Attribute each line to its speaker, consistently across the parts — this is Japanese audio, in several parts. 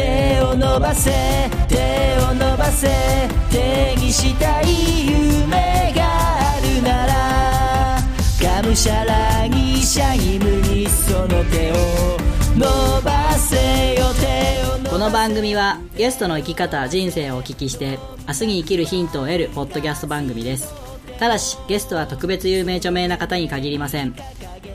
Speaker 1: 伸ばせ手を伸ばせ手にしたい夢があるならがむしゃらにシャイムにその手を伸ばせよ手を伸ばせ
Speaker 2: この番組はゲストの生き方人生をお聞きして明日に生きるヒントを得るポッドキャスト番組ですただしゲストは特別有名著名な方に限りません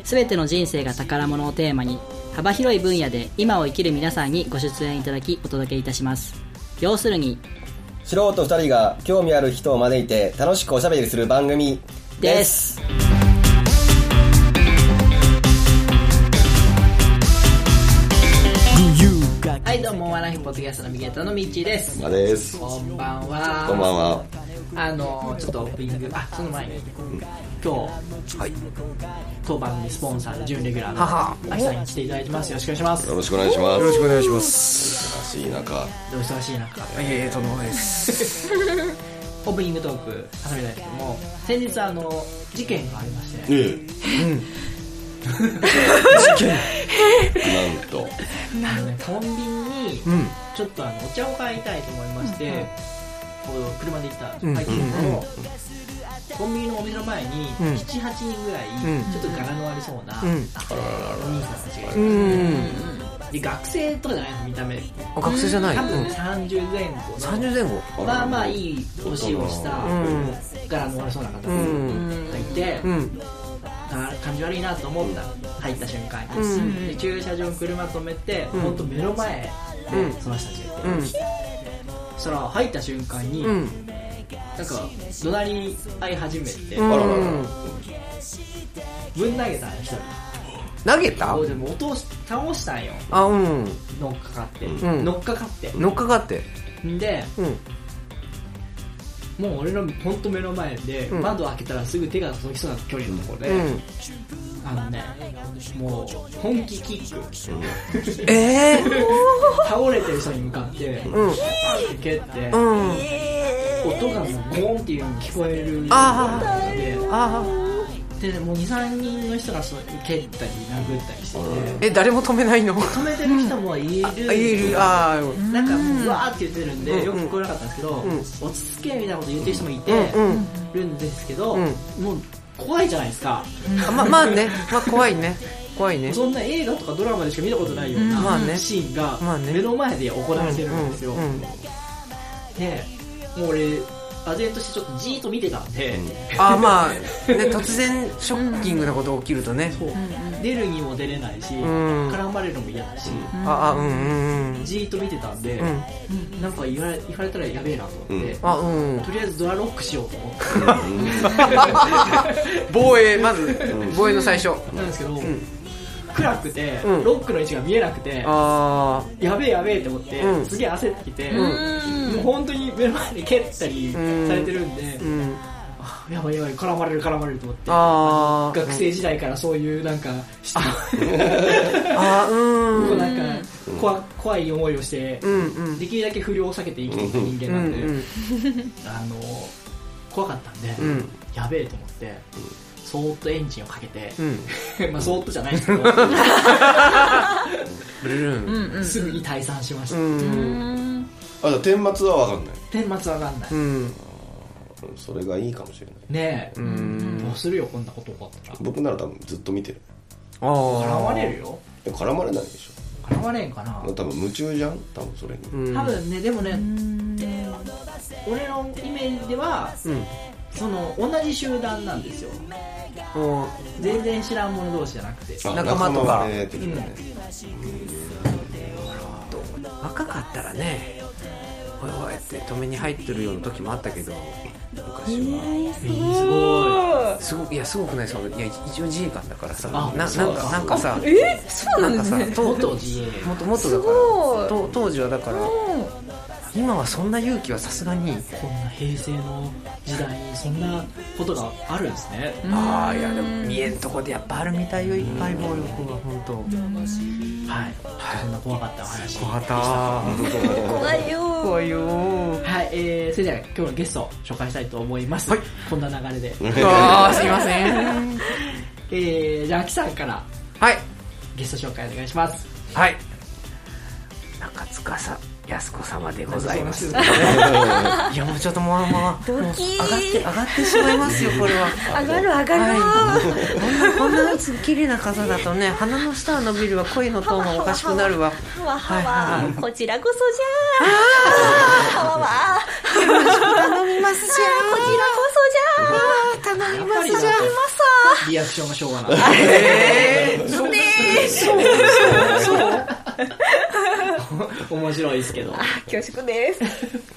Speaker 2: 全ての人生が宝物をテーマに幅広い分野で今を生きる皆さんにご出演いただきお届けいたします要するに
Speaker 3: 素人二人が興味ある人を招いて楽しくおしゃべりする番組
Speaker 2: ですはいどうもワナヒポッドキャストのミゲートのミッチーです
Speaker 4: まです。こ
Speaker 2: こんばんは
Speaker 4: んばんは。
Speaker 2: あのちょっとオープニングあその前に今日、当番組スポンサーの準レギュラーの秋さんに来ていただいてますよろしくお願いします
Speaker 4: よろしくお願いします。よろしくお願いします。いい中。
Speaker 2: お忙しい中
Speaker 5: えーとのです。
Speaker 2: オープニングトーク挟みたいんですけども先日あの事件がありまして
Speaker 4: ええ。なんと。
Speaker 2: あのねコンビニに
Speaker 5: うん。
Speaker 2: ちょっとあのお茶を買いたいと思いまして、こう車で行ったんです
Speaker 5: う
Speaker 2: け
Speaker 5: ん
Speaker 2: ど、コンビニのお店の前に
Speaker 5: うん
Speaker 2: 78人ぐらい、
Speaker 5: うん
Speaker 2: ちょっと柄の悪そうな、
Speaker 5: うん
Speaker 2: お兄さんたちがいて、
Speaker 5: うん。
Speaker 2: で学生とかじゃないの見た目
Speaker 5: あ学生じゃない。
Speaker 2: 多分
Speaker 5: う
Speaker 2: ね
Speaker 5: ん。
Speaker 2: 30前後の
Speaker 5: 三十前後。
Speaker 2: まあまあいい年をした
Speaker 5: うん
Speaker 2: 柄の悪そうな方
Speaker 5: う
Speaker 2: が
Speaker 5: ん
Speaker 2: いて、
Speaker 5: うん。
Speaker 2: あ感じ悪いなと思った入った瞬間に、
Speaker 5: うん
Speaker 2: で駐車場に車止めて、ほん、本当目の前で、
Speaker 5: うん
Speaker 2: その人たちがいて、
Speaker 5: うん
Speaker 2: そしたら入った瞬間に、
Speaker 5: うん。
Speaker 2: なんか怒鳴り合い始めて、
Speaker 5: うん
Speaker 4: あらららら。
Speaker 2: ぶん投げたんよ一人
Speaker 5: 投げた
Speaker 2: あでも音を倒したんよ
Speaker 5: あ、うん。
Speaker 2: 乗っかかって、
Speaker 5: うん
Speaker 2: 乗っかかって、
Speaker 5: 乗っかかって。
Speaker 2: ん、で
Speaker 5: うん。
Speaker 2: もう俺の本当目の前で、
Speaker 5: うん
Speaker 2: 窓開けたらすぐ手が届きそうな距離のところで、
Speaker 5: うん。
Speaker 2: あのねもう本気キック
Speaker 5: ええ。
Speaker 2: 倒れてる人に向かって
Speaker 5: うん。
Speaker 2: パンって蹴って、
Speaker 5: うん。
Speaker 2: 音がもうゴーンっていうのに聞こえる
Speaker 5: あああ。
Speaker 2: ででもう23人の人がそう蹴ったり殴ったりしてて
Speaker 5: え、誰も止めないの。
Speaker 2: 止めてる人もいる、
Speaker 5: あ、いる。ああ。
Speaker 2: なんかもううわーって言ってるんで、
Speaker 5: うん
Speaker 2: よく聞こえなかったんですけど、
Speaker 5: ん
Speaker 2: 落ち着けみたいなこと言ってる人もいて、
Speaker 5: うんうん。
Speaker 2: るんですけど、
Speaker 5: うん
Speaker 2: もう怖いじゃないですか、
Speaker 5: あままあね。まあ怖いね。怖いね。
Speaker 2: そんな映画とかドラマでしか見たことないよう
Speaker 5: まあ
Speaker 2: な
Speaker 5: ね
Speaker 2: シーンが
Speaker 5: まあね
Speaker 2: 目の前で行われてるんですよ、
Speaker 5: うんうん
Speaker 2: でもう俺唖然としてちょっとじーっと見てたんで、
Speaker 5: あまあ、ね、突然ショッキングなこと起きるとね。
Speaker 2: そう出るにも出れないし、
Speaker 5: ん
Speaker 2: 絡まれるのも嫌だし、
Speaker 5: ああ、うんうんうん。
Speaker 2: じーっと見てたんで、
Speaker 5: うん。
Speaker 2: なんか言われ言われたらやべえなと思って、
Speaker 5: あ、うん。
Speaker 2: とりあえずドアロックしようと思って
Speaker 5: 防衛、まず、防衛の最初。
Speaker 2: なんですけど、暗くて、
Speaker 5: うん
Speaker 2: ロックの位置が見えなくて、
Speaker 5: あ
Speaker 2: やべえやべえって思って、
Speaker 5: うん
Speaker 2: すげえ焦ってきて、
Speaker 5: ん
Speaker 2: もう本当に目の前で蹴ったり
Speaker 5: うん
Speaker 2: されてるんで
Speaker 5: あ、う、ん。
Speaker 2: あやばいやばい、絡まれる絡まれると思って、
Speaker 5: ああ。
Speaker 2: 学生時代からそういうなんか、し
Speaker 5: あーう ん。
Speaker 2: こうなんか怖怖い思いをして、
Speaker 5: うんうん。
Speaker 2: できるだけ不良を避けて生きてきた人
Speaker 5: う
Speaker 2: 間なんんで、あの怖かったんで、
Speaker 5: うん。
Speaker 2: やべえと思って、そーっとエンジンをかけて、
Speaker 5: うん。
Speaker 2: まあそーっとじゃないですけど、
Speaker 5: ブルーン。
Speaker 2: すぐに退散しました。
Speaker 5: うん。
Speaker 4: あ、じゃあ天末はわかんない。
Speaker 2: 天末わかんない。
Speaker 5: うん。
Speaker 4: それがいいかもしれない。
Speaker 2: ねえ、どうするよ、こんなこと起こったら。
Speaker 4: 僕なら多分ずっと見てる。
Speaker 5: あ
Speaker 2: 絡
Speaker 5: あ。
Speaker 2: まれるよ
Speaker 4: でも絡まれないでし
Speaker 2: 絡まれんかな
Speaker 4: ょ。多分夢中じゃん多分それに。
Speaker 5: うん
Speaker 2: 多分ねでもね俺のイメージでは
Speaker 5: うん。
Speaker 2: その同じ集団なんですよ
Speaker 5: も
Speaker 2: 全然知らん者同士じゃなくて
Speaker 4: あ
Speaker 5: 仲間とか
Speaker 4: 仲ね的なね。
Speaker 5: う、若かったらね、おいおいって止めに入ってるような時もあったけど、昔は。
Speaker 2: すごい
Speaker 5: すごく、いや、すごくないですか。いや、一応自衛官だからさ、
Speaker 2: あ
Speaker 5: ななん
Speaker 2: そうだ
Speaker 5: か、なんかさ、
Speaker 6: えそうなん
Speaker 5: なん
Speaker 6: で
Speaker 5: か
Speaker 6: す
Speaker 5: さ
Speaker 6: ね、
Speaker 5: と
Speaker 2: 元自衛
Speaker 5: もっともっとだか
Speaker 6: ご
Speaker 5: ら
Speaker 6: い
Speaker 5: と当時はだから今はそんな勇気はさすがに
Speaker 2: こんな平成の時代にそんなことがあるんですね
Speaker 5: ああいやでも見えんとこでやっぱあるみたいよいっぱい暴力は本当
Speaker 2: はいそんな怖かったお話
Speaker 5: 怖かった
Speaker 6: 怖いよ
Speaker 5: 怖いよー
Speaker 2: はいえー、それでは今日のゲストを紹介したいと思います、はい、こんな流れで、
Speaker 5: ああすいません
Speaker 2: えー、じゃあ秋さんから
Speaker 5: はい
Speaker 2: ゲスト紹介お願いします
Speaker 5: はい中塚さん安子様でござい ます
Speaker 4: そ。うら
Speaker 5: いやもうちょっともうもうもう上がって上がってしまいますよこれは。
Speaker 7: 上がる上がる
Speaker 5: はい、こんなこんな綺麗な傘だとね鼻の下は伸びるわ声のトーンがおかしくなるわ。
Speaker 7: わ
Speaker 5: はい
Speaker 7: は
Speaker 5: は
Speaker 7: わこちらこそじゃーわわ
Speaker 5: 頼みますじ
Speaker 7: こち
Speaker 5: ゃ
Speaker 7: らこそじゃー
Speaker 5: ん。頼みますじゃん。
Speaker 1: リアクションがしょうがない。
Speaker 5: えー
Speaker 7: ねえ
Speaker 1: 面白いですけど。
Speaker 7: 恐縮です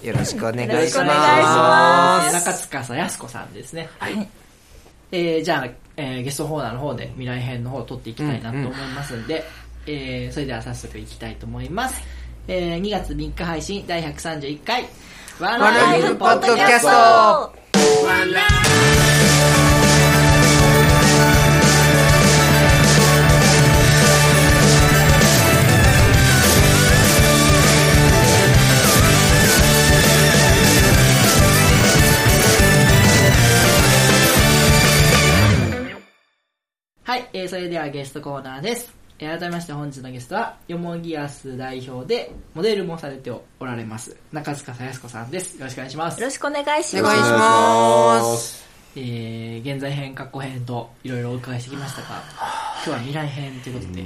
Speaker 5: よろしくお願
Speaker 7: よろ
Speaker 5: い
Speaker 7: し
Speaker 5: し
Speaker 7: くお願いし
Speaker 5: ま
Speaker 7: ま
Speaker 1: えー中塚やす子さんですね。はい。えーじゃあ、えーゲストコーナーの方で未来編の方を取っていきたいなと思いますんで、えーそれでは早速いきたいと思います。えー2月3日配信第131回、ワン
Speaker 5: ワンラ
Speaker 1: ラ
Speaker 5: イ
Speaker 1: イ
Speaker 5: フ
Speaker 1: フ
Speaker 5: ポ
Speaker 1: ポ
Speaker 5: ッ
Speaker 1: ッ
Speaker 5: ド
Speaker 1: ド
Speaker 5: キ
Speaker 1: キャ
Speaker 5: ャ
Speaker 1: ス
Speaker 5: スト
Speaker 1: ト。
Speaker 2: はい、えーそれではゲストコーナーです。えー改めまして本日のゲストは、よもぎやす代表で、モデルもされておられます、中塚やす子さんです。よろしくお願いします。
Speaker 7: よろしくお願いし
Speaker 5: す。お
Speaker 7: ま
Speaker 5: 願い
Speaker 7: す
Speaker 5: します。
Speaker 2: えー現在編、過去編といろいろお伺いしてきましたが、今日は未来編ということで、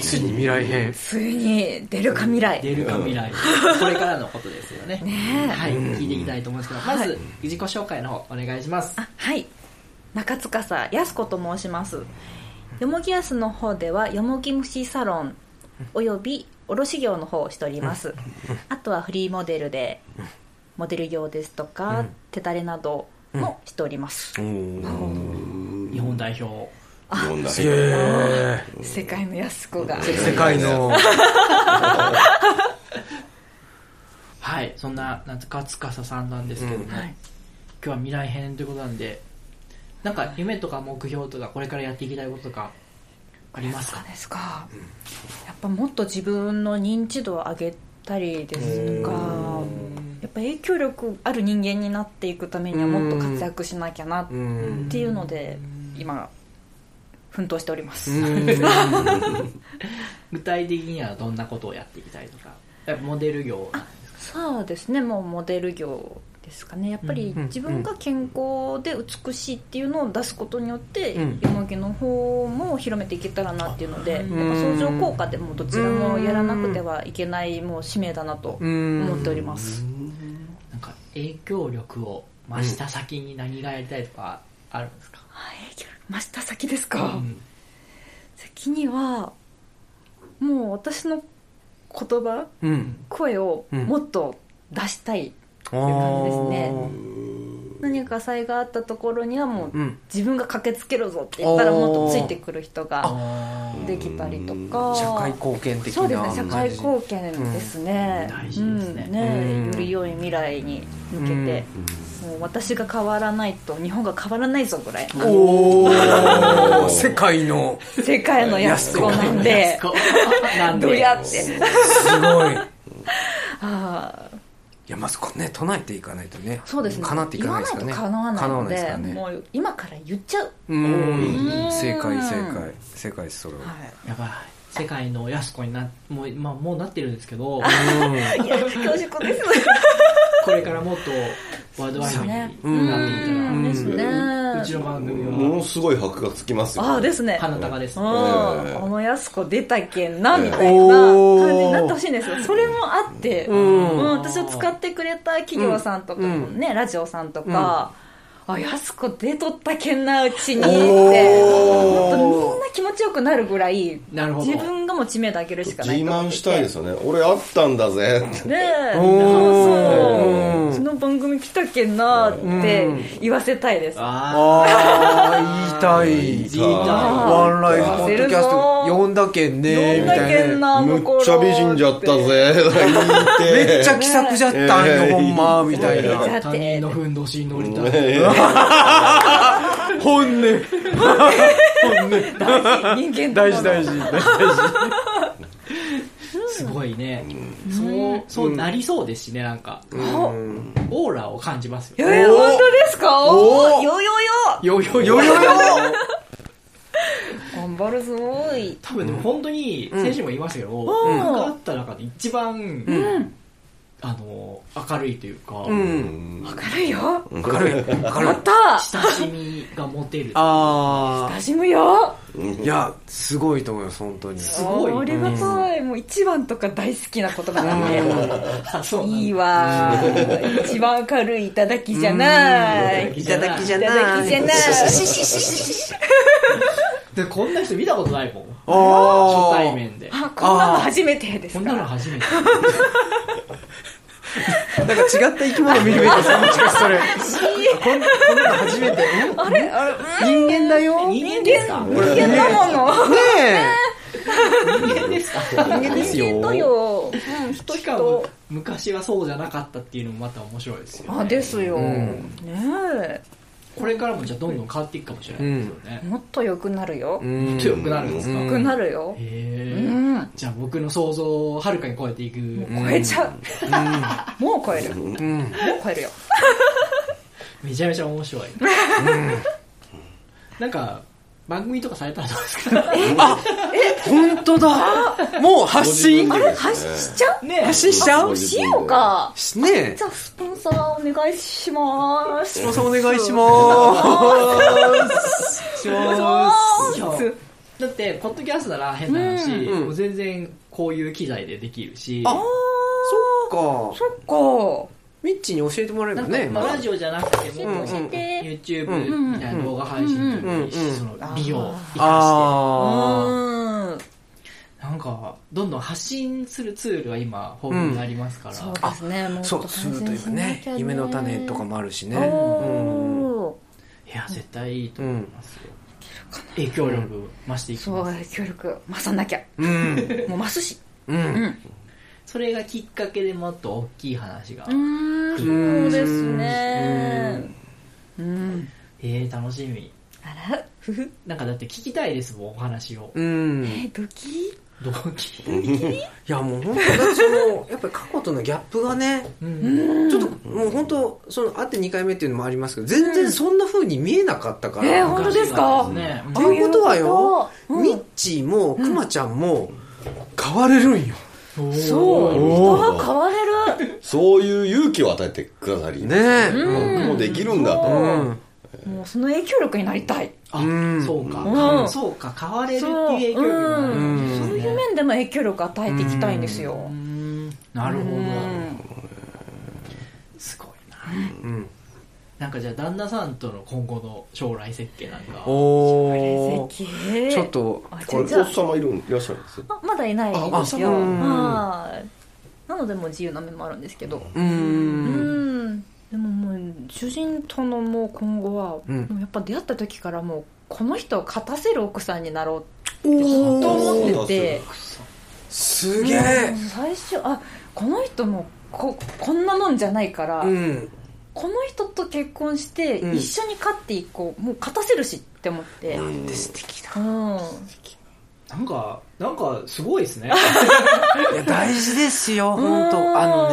Speaker 5: ついに未来編。
Speaker 7: ついに出るか未来
Speaker 2: 出るか未 来、これからのことですよね。はい、聞いていきたいと思うんですけど、まず自己紹介の方お願いします。
Speaker 7: あはい中塚さやす子と申しますよもぎやすの方ではよもぎ虫サロンおよび卸業の方をしておりますあとはフリーモデルでモデル業ですとか手垂れなどもしております
Speaker 2: 日本代表。
Speaker 4: 読んだ
Speaker 7: 世界のやす子が
Speaker 5: 世界の。
Speaker 2: はい、そんな中塚さんなんですけども、今日は未来編ということなんで、なんか夢とか目標とか、これからやっていきたいこととか、ありますか
Speaker 7: ですか、やっぱもっと自分の認知度を上げたりですとかやっぱ影響力ある人間になっていくためにはもっと活躍しなきゃなっ
Speaker 5: うん。
Speaker 7: ていうので今奮闘しております、
Speaker 2: 具体的にはどんなことをやっていきたいとか、やっぱモデル業なんですか
Speaker 7: そうですねもうモデル業ですかねやっぱり
Speaker 5: ん
Speaker 7: 自分が健康で美しいっていうのを出すことによって
Speaker 5: うん
Speaker 7: ヨモギの方も広めていけたらなっていうのでやっぱ
Speaker 5: ん
Speaker 7: 相乗効果でもうどちらもやらなくてはいけないもう使命だなと思っております
Speaker 2: なんか影響力を増した先に何がやりたいとかあるんですか、
Speaker 7: 増した先ですか、先にはもう私の言葉
Speaker 5: うん。
Speaker 7: 声を
Speaker 5: うん
Speaker 7: もっと出したい、
Speaker 5: あ
Speaker 7: 感じですね何か災害があったところにはもう、
Speaker 5: うん。
Speaker 7: 自分が駆けつけるぞって言ったらもっとついてくる人ができたりとか
Speaker 5: 社会貢献的な。
Speaker 7: そうですね社会貢献ですね、
Speaker 2: うん大事ですね
Speaker 7: うん
Speaker 5: う
Speaker 7: ね
Speaker 5: ん
Speaker 7: より良い未来に向けて、もう私が変わらないと日本が変わらないぞぐらい
Speaker 5: お お世界の
Speaker 7: 世界の安子なんで
Speaker 2: こなん
Speaker 7: どう
Speaker 2: で
Speaker 7: やって
Speaker 5: すごいい
Speaker 7: ああ
Speaker 5: やまずこうね唱えていかないとね
Speaker 7: そうですね
Speaker 5: 叶っていかないですからね
Speaker 7: 言わないと叶わないので
Speaker 5: 叶わないですから
Speaker 7: も
Speaker 5: ね
Speaker 7: う今から言っちゃう、
Speaker 5: うん
Speaker 7: うん
Speaker 5: 正解正解正解ですそれは、
Speaker 2: やばい世界のやす子になもう,、まあ、もうなってるんですけど
Speaker 7: い、や恐縮です
Speaker 2: これからもっとワールドワイドになっていったら、
Speaker 7: うんですね
Speaker 2: うちの番組は
Speaker 4: ものすごい箔がつきますよ
Speaker 7: ああですね
Speaker 2: 花高です
Speaker 7: う
Speaker 2: ね
Speaker 7: ん、
Speaker 4: え
Speaker 7: あのやす子出たけんなみたいな
Speaker 5: おー
Speaker 7: 感じになってほしいんですよそれもあって、
Speaker 5: ん
Speaker 7: うん私を使ってくれた企業さんとかもね、ラジオさんとか、あやす子出とったけんなうちにってもっとみんな気持ちよくなるぐらい
Speaker 2: なるほど
Speaker 7: 自分がもう知名度上げるしか
Speaker 4: 自
Speaker 7: ないと思って
Speaker 4: 慢したいですよね俺あったんだぜって
Speaker 7: ねえそうそうその番組来たけんなって言わせたいです
Speaker 2: あ
Speaker 5: ああ言いたい
Speaker 4: あ
Speaker 5: ワンライフポッドキャスト呼んだけんね
Speaker 7: どん
Speaker 5: み
Speaker 7: だ
Speaker 5: た
Speaker 7: け
Speaker 5: いな
Speaker 7: ん
Speaker 5: ね
Speaker 7: なあ
Speaker 4: む
Speaker 7: の頃
Speaker 4: っちゃ美人じゃったぜとか言って
Speaker 5: めっちゃ気さくじゃったん
Speaker 4: え
Speaker 5: よ
Speaker 4: ー
Speaker 5: ほんまみたい
Speaker 7: じ
Speaker 5: な
Speaker 7: ゃ
Speaker 2: あ他人のふんどしに乗りたい
Speaker 5: 本音
Speaker 7: 大事人間
Speaker 5: 大事大事大事
Speaker 2: すごいね、そうそうなりそうですしねなんか、オーラを感じますよ
Speaker 7: えー、
Speaker 5: おー
Speaker 7: 本当ですか
Speaker 5: おー
Speaker 7: よよよ
Speaker 2: よよよ
Speaker 5: よよよ
Speaker 7: 頑ボルズ多い
Speaker 2: 多分でも本当に先週も言いましたけど、
Speaker 7: ん
Speaker 2: 僕が会った中で一番、あの明るいというか、
Speaker 5: うん。
Speaker 7: 明るいよ
Speaker 5: 明るい。明るい
Speaker 7: やっ。た
Speaker 2: 親しみが持てる
Speaker 5: あ
Speaker 7: 楽しむよ
Speaker 5: ー。いや、すごいと思います、本当に。
Speaker 2: すごい
Speaker 7: ありがたいもう一番とか大好きな言葉なんで
Speaker 2: あ そうなんだ
Speaker 7: いいわー一番明るいいただきじゃない
Speaker 2: いただきじ
Speaker 7: いただきじゃない
Speaker 2: でこんな人見たことないもん
Speaker 5: あ
Speaker 2: 初
Speaker 5: ー
Speaker 2: 対面で
Speaker 7: あこんなの初めてです
Speaker 2: こ
Speaker 7: か
Speaker 2: んなの初めて
Speaker 5: なんか違った生き物見るべきですもしかしてそれ。こんな、こんなの初めて。ん
Speaker 7: あれあれ
Speaker 5: 人間だよ。ね
Speaker 2: 人間ですか
Speaker 7: 人間だもの
Speaker 2: 人間ですか
Speaker 5: え。人間です
Speaker 7: 人間だ
Speaker 5: よ。
Speaker 7: ようん人
Speaker 2: しかも
Speaker 7: 人
Speaker 2: 昔はそうじゃなかったっていうのもまた面白いですよ
Speaker 7: あですよね
Speaker 5: ん
Speaker 7: え
Speaker 2: これからもじゃあどんどん変わっていくかもしれないですよね、
Speaker 7: もっと良くなるよ
Speaker 5: うん
Speaker 2: 強くなるんですか、
Speaker 5: う
Speaker 2: へ
Speaker 5: ん
Speaker 7: 良くなるよう
Speaker 2: え
Speaker 7: ん
Speaker 2: じゃあ僕の想像をはるかに超えていく、
Speaker 7: 超えちゃうもう超えるもう
Speaker 5: うん。
Speaker 7: 超えるよ
Speaker 2: めちゃめちゃ面白い、なんか番組とかされたらどうですか
Speaker 5: 本当だ。もう発信
Speaker 4: あ
Speaker 7: え発信しちゃう
Speaker 2: ね
Speaker 5: 発信しちゃう
Speaker 7: しようか
Speaker 5: しねえ
Speaker 7: じ。ゃあスポンサーお願いします
Speaker 5: スポンサーお願いします。します。
Speaker 2: いやだってポッドキャストなら変な話、
Speaker 5: うん
Speaker 2: もう全然こういう機材でできるし
Speaker 5: あそっか。
Speaker 7: そっか
Speaker 5: ミッチーに教えてもらえば
Speaker 2: なん
Speaker 5: ね。
Speaker 2: か、まあ、
Speaker 5: まだ
Speaker 2: ラジオじゃなくても、
Speaker 5: うんうん
Speaker 7: で
Speaker 2: YouTube みたいな動画配信とかもいいし、
Speaker 5: うんうん
Speaker 2: その美容を活か
Speaker 5: あ
Speaker 7: うん
Speaker 2: してなんかどんどん発信するツールは今豊富にありますから、
Speaker 7: そうですねも
Speaker 5: あ。
Speaker 7: っ
Speaker 5: そ
Speaker 7: と
Speaker 5: う、す
Speaker 7: 改
Speaker 5: ると
Speaker 7: 善
Speaker 5: いえ
Speaker 7: し
Speaker 5: ば
Speaker 7: な
Speaker 5: ね
Speaker 7: きゃ、
Speaker 5: 夢の種とかもあるしね。うん
Speaker 7: おー
Speaker 2: いや絶対いいと思いますよ、影響力増していき
Speaker 7: そう
Speaker 2: ます、
Speaker 7: 協力増さなきゃ
Speaker 5: うん。
Speaker 7: もう増すし
Speaker 5: うん。
Speaker 2: それがきっかけでもっと大きい話が、
Speaker 7: うんそうですねうん
Speaker 2: えー、楽しみ
Speaker 7: あらふふ
Speaker 2: なんかだって聞きたいですもんお話を
Speaker 5: うん。い
Speaker 7: えドキ
Speaker 2: どう聞
Speaker 5: や、もう本当だってその、やっぱり過去とのギャップがね、
Speaker 2: うん、
Speaker 5: ちょっともう本当、その、あって2回目っていうのもありますけど、全然そんな風に見えなかったから。
Speaker 7: えー本当ですか
Speaker 2: 昔はですね
Speaker 5: ということはよ、
Speaker 7: うん
Speaker 5: ミッチーもクマちゃんも変われるんよ。
Speaker 7: そう人が変われる
Speaker 4: そういう勇気を与えてくださり。
Speaker 5: ねえ。
Speaker 4: 僕もできるんだと。
Speaker 5: うん。
Speaker 7: もうその影響力になりたい
Speaker 2: あ、
Speaker 5: うん
Speaker 2: そうか、
Speaker 7: うん
Speaker 2: そうか変われるって
Speaker 7: そう
Speaker 2: いう影響力があるんですね
Speaker 7: そういう面でも影響力与えていきたいんですよ
Speaker 2: うんなるほどすごいな
Speaker 5: うん。
Speaker 2: なんかじゃあ旦那さんとの今後の将来設計なんか
Speaker 5: おー。
Speaker 7: ち
Speaker 5: ちょっと、
Speaker 7: あ
Speaker 4: これ、お
Speaker 7: じゃあ
Speaker 4: っさまいるん、いらっしゃるんですよ。
Speaker 7: あまだいない
Speaker 5: あ
Speaker 7: で
Speaker 5: あ
Speaker 7: す
Speaker 5: そう
Speaker 7: よ
Speaker 5: うん
Speaker 7: はいなのでもう自由な面もあるんですけど
Speaker 5: う。
Speaker 7: うんんでももう主人とのもう今後は、
Speaker 5: うん
Speaker 7: もうやっぱ出会った時からもうこの人を勝たせる奥さんになろうと
Speaker 5: おー。
Speaker 7: 思って
Speaker 5: す
Speaker 7: て
Speaker 5: げえ
Speaker 7: もう。最初あこの人もここんなもんじゃないから、
Speaker 5: うん。
Speaker 7: この人と結婚して
Speaker 5: うん
Speaker 7: 一緒に勝っていこう、もう勝たせるしって思ってうん
Speaker 5: で素敵だ。
Speaker 2: なんかなんかすごいですね
Speaker 5: いや、大事ですよ、本
Speaker 7: うん
Speaker 5: 当あの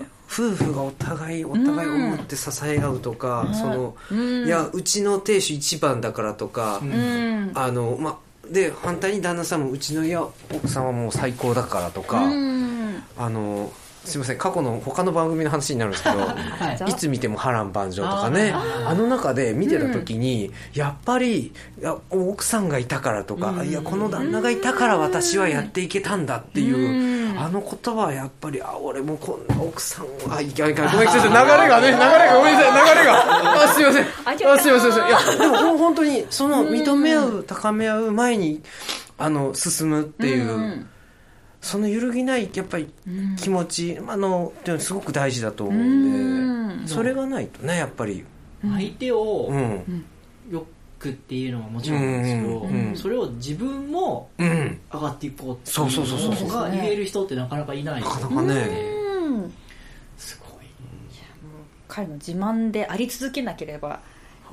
Speaker 5: ね、夫婦がお互い、お互いを思って支え合うとか、その、
Speaker 7: うん
Speaker 5: いや、うちの亭主一番だからとか、
Speaker 7: うん
Speaker 5: あの、ま、で、反対に旦那さんも、うちのいや奥さんはもう最高だからとか、
Speaker 7: うん
Speaker 5: あの、すいません、過去の他の番組の話になるんですけど、
Speaker 2: はい
Speaker 5: いつ見ても波乱万丈とかねあの中で見てた時に、やっぱりいや奥さんがいたからとか、いやこの旦那がいたから私はやっていけたんだっていう、あの言葉はやっぱりあ俺もこんな奥さんはあいかんいかんごめんなさい流れがね流れがごめんなさい流れがあすいません
Speaker 7: あちょっと
Speaker 5: あすいませんすいませんいやでも本当にその認め合う高め合う前にあの進むっていう。
Speaker 7: ん
Speaker 5: その揺るぎないやっぱり気持ち、あのっていうのすごく大事だと思うんで、
Speaker 7: うん
Speaker 5: それがないとねやっぱり、
Speaker 2: 相手を
Speaker 5: うん
Speaker 2: よくっていうのはもちろんなんですけど、
Speaker 5: うんうんうん
Speaker 2: それを自分も
Speaker 5: うん、
Speaker 2: 上がっていこうってい
Speaker 5: そうそうそうそう
Speaker 2: のが言える人ってなかなかいない
Speaker 5: なかなかね、
Speaker 7: うん
Speaker 2: すごい
Speaker 7: 彼の自慢であり続けなければ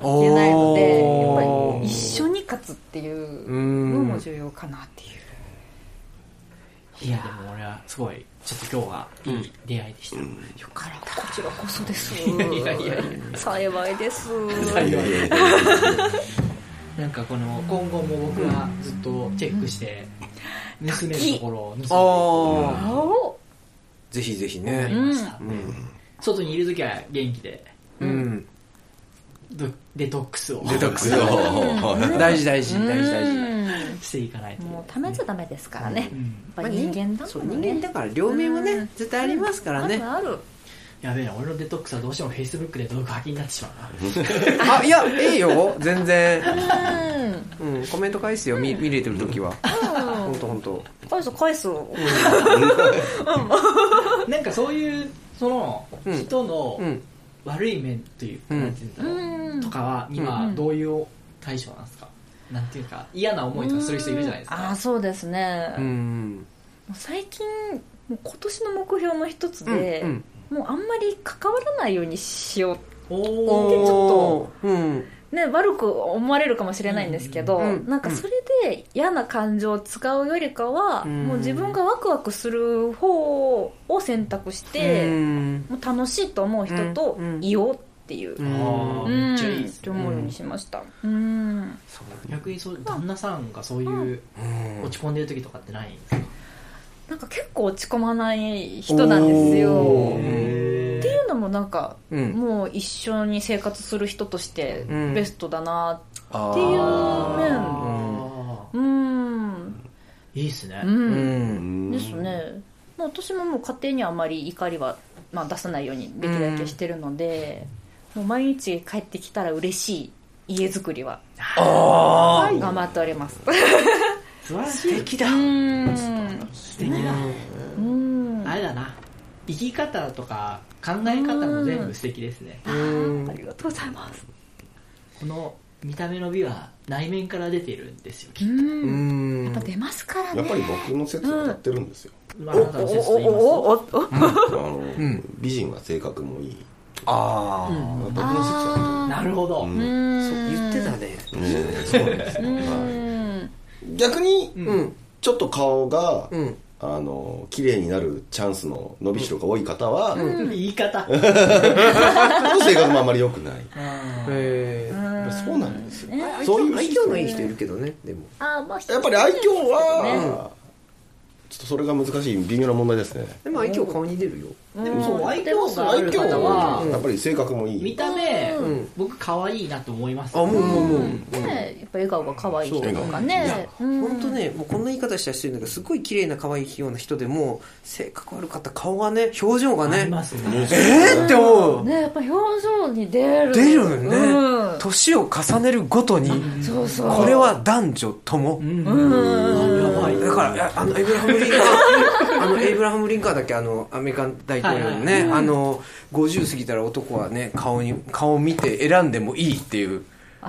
Speaker 7: い
Speaker 5: お
Speaker 7: けないので
Speaker 5: ー
Speaker 7: やっぱり一緒に勝つっていうのも重要かなっていう、
Speaker 2: いやでも俺はすごいちょっと今日はいい出会いでした、よかっ
Speaker 7: こちらこ そです
Speaker 2: たいやいやいや
Speaker 7: 幸いです
Speaker 2: 幸いなんかこの今後も僕はずっとチェックして盗めるところを盗んでいこう
Speaker 5: ああ
Speaker 7: お
Speaker 5: ぜひぜひ
Speaker 2: と思い
Speaker 5: ね
Speaker 2: ました、外にいる時は元気で
Speaker 5: うん
Speaker 2: ドデトックスを
Speaker 5: デトックス
Speaker 4: そう
Speaker 5: 大事大事大事大事
Speaker 7: う
Speaker 2: していかないと
Speaker 7: んもうためちゃダメですからね
Speaker 2: うん
Speaker 7: やっぱ人間だ
Speaker 5: そう
Speaker 7: もん
Speaker 5: 人間
Speaker 7: ね
Speaker 5: だから両面はね絶対ありますからね
Speaker 7: あるある
Speaker 2: やべえな俺のデトックスはどうしても Facebook で動画破棄になってしまうな
Speaker 5: あいやええよ全然
Speaker 7: うん
Speaker 5: うんコメント返すよ見見れてる時は本当本当
Speaker 7: 返す返すよ
Speaker 2: なんかそういうその
Speaker 5: うん
Speaker 2: 人の
Speaker 5: うん
Speaker 2: 悪い面というか、
Speaker 5: うん
Speaker 2: なんていうんだろう、
Speaker 7: うん
Speaker 2: とかは今どういう対処なんですか、なんていうか嫌な思いとかする人いるじゃないです
Speaker 7: ああ
Speaker 2: か、
Speaker 7: そうですね、
Speaker 5: う
Speaker 7: も
Speaker 5: ん
Speaker 7: う最近もう今年の目標の一つで、
Speaker 5: うん
Speaker 7: もうあんまり関わらないようにしよ
Speaker 2: おー
Speaker 7: でちょ
Speaker 5: っとうん
Speaker 7: う、ね、悪く思われるかもしれないんですけど、
Speaker 5: うんうん
Speaker 7: なんかそれで嫌な感情を使うよりかは、
Speaker 5: うん
Speaker 7: もう自分がワクワクする方を選択して、
Speaker 5: うん
Speaker 7: もう楽しいと思う人と
Speaker 5: うん
Speaker 7: いようっていう、
Speaker 5: う
Speaker 7: うん
Speaker 2: あー
Speaker 7: ん
Speaker 2: めっちゃいいです
Speaker 7: って思うようにしましたうん
Speaker 2: 逆にそう旦那さんがそういう
Speaker 5: うん
Speaker 2: 落ち込んでる時とかってないんですか
Speaker 7: なんか結構落ち込まない人なんですよ
Speaker 5: おー
Speaker 7: っていうのもなんか、
Speaker 5: うん
Speaker 7: もう一緒に生活する人として
Speaker 5: うん
Speaker 7: ベストだな
Speaker 5: っ
Speaker 7: っていう面
Speaker 2: あ
Speaker 7: うーん
Speaker 2: ーいいっすね、
Speaker 7: う、
Speaker 5: うんん
Speaker 7: ですねもう私ももう家庭にはあまり怒りは、まあ、出さないようにできるだけしてるので、もう毎日帰ってきたら嬉しい家づくりは頑張っております
Speaker 2: 素晴らしい
Speaker 5: 敵だ
Speaker 7: うーん
Speaker 2: 素敵だ、
Speaker 7: うん
Speaker 2: あれだな生き方とか考え方も全部素敵ですね、
Speaker 7: ありがとうございます
Speaker 2: この見た目の美は内面から出てるんですよきっ
Speaker 5: う
Speaker 7: うん
Speaker 5: ん
Speaker 7: やっぱ出ますからね
Speaker 4: やっぱり僕の説は当たってるんですよ。
Speaker 2: とまああなたの説と言いますと
Speaker 7: おお
Speaker 4: あの
Speaker 5: ん
Speaker 4: 美人は性格もいい。
Speaker 5: ああ
Speaker 4: 僕の説は
Speaker 2: なるほ
Speaker 4: 当
Speaker 2: ど、
Speaker 4: たってる。
Speaker 5: そう言ってたね
Speaker 4: ねそうなんですよ
Speaker 7: うん
Speaker 4: はい逆に、
Speaker 5: うん
Speaker 4: ちょっと顔が、
Speaker 5: うん
Speaker 4: あの綺麗になるチャンスの伸びしろが多い方は、
Speaker 2: 言い方
Speaker 4: ちょっと性格もあんまり良く ない。
Speaker 5: へえ
Speaker 4: やっぱりそうなんですよ。
Speaker 5: そ
Speaker 4: そうう
Speaker 5: い
Speaker 4: いうう
Speaker 5: 愛
Speaker 4: 人
Speaker 5: 嬌のいい人いるけどねでも
Speaker 7: あーまあ
Speaker 4: やっぱり愛嬌
Speaker 7: ね
Speaker 4: は、ちょっとそれが難しい微妙な問題ですね。
Speaker 5: でも愛嬌顔に出るよ
Speaker 2: でもそう愛嬌があ
Speaker 4: 愛
Speaker 2: る
Speaker 4: 嬌
Speaker 2: 方
Speaker 4: は
Speaker 2: は、
Speaker 4: やっぱり性格もい
Speaker 2: 見
Speaker 4: い。
Speaker 2: た目、
Speaker 5: ん
Speaker 2: 僕可愛いなと思います
Speaker 5: あもうもうもう
Speaker 7: ねやっぱ笑顔が可愛い人とか
Speaker 5: い
Speaker 7: ね
Speaker 5: や本当ねもうこんな言い方したらしてるんだけどすごい綺麗な可愛いような人でも性格悪かった顔がね表情が
Speaker 2: あ
Speaker 5: ね
Speaker 2: りますね
Speaker 5: えーって思う
Speaker 7: ねやっぱ表情に出る
Speaker 5: 出るよね
Speaker 7: うん
Speaker 5: 年を重ねるごとに
Speaker 7: そうそう
Speaker 5: これは男女とも
Speaker 2: やばい
Speaker 5: だからいやあのエイブラハム・リンカ ーあのエイブラハム・リンカーだっけあのアメリカン大統領のね、あの50過ぎたら男はね顔に顔を見て選んでもいいっていう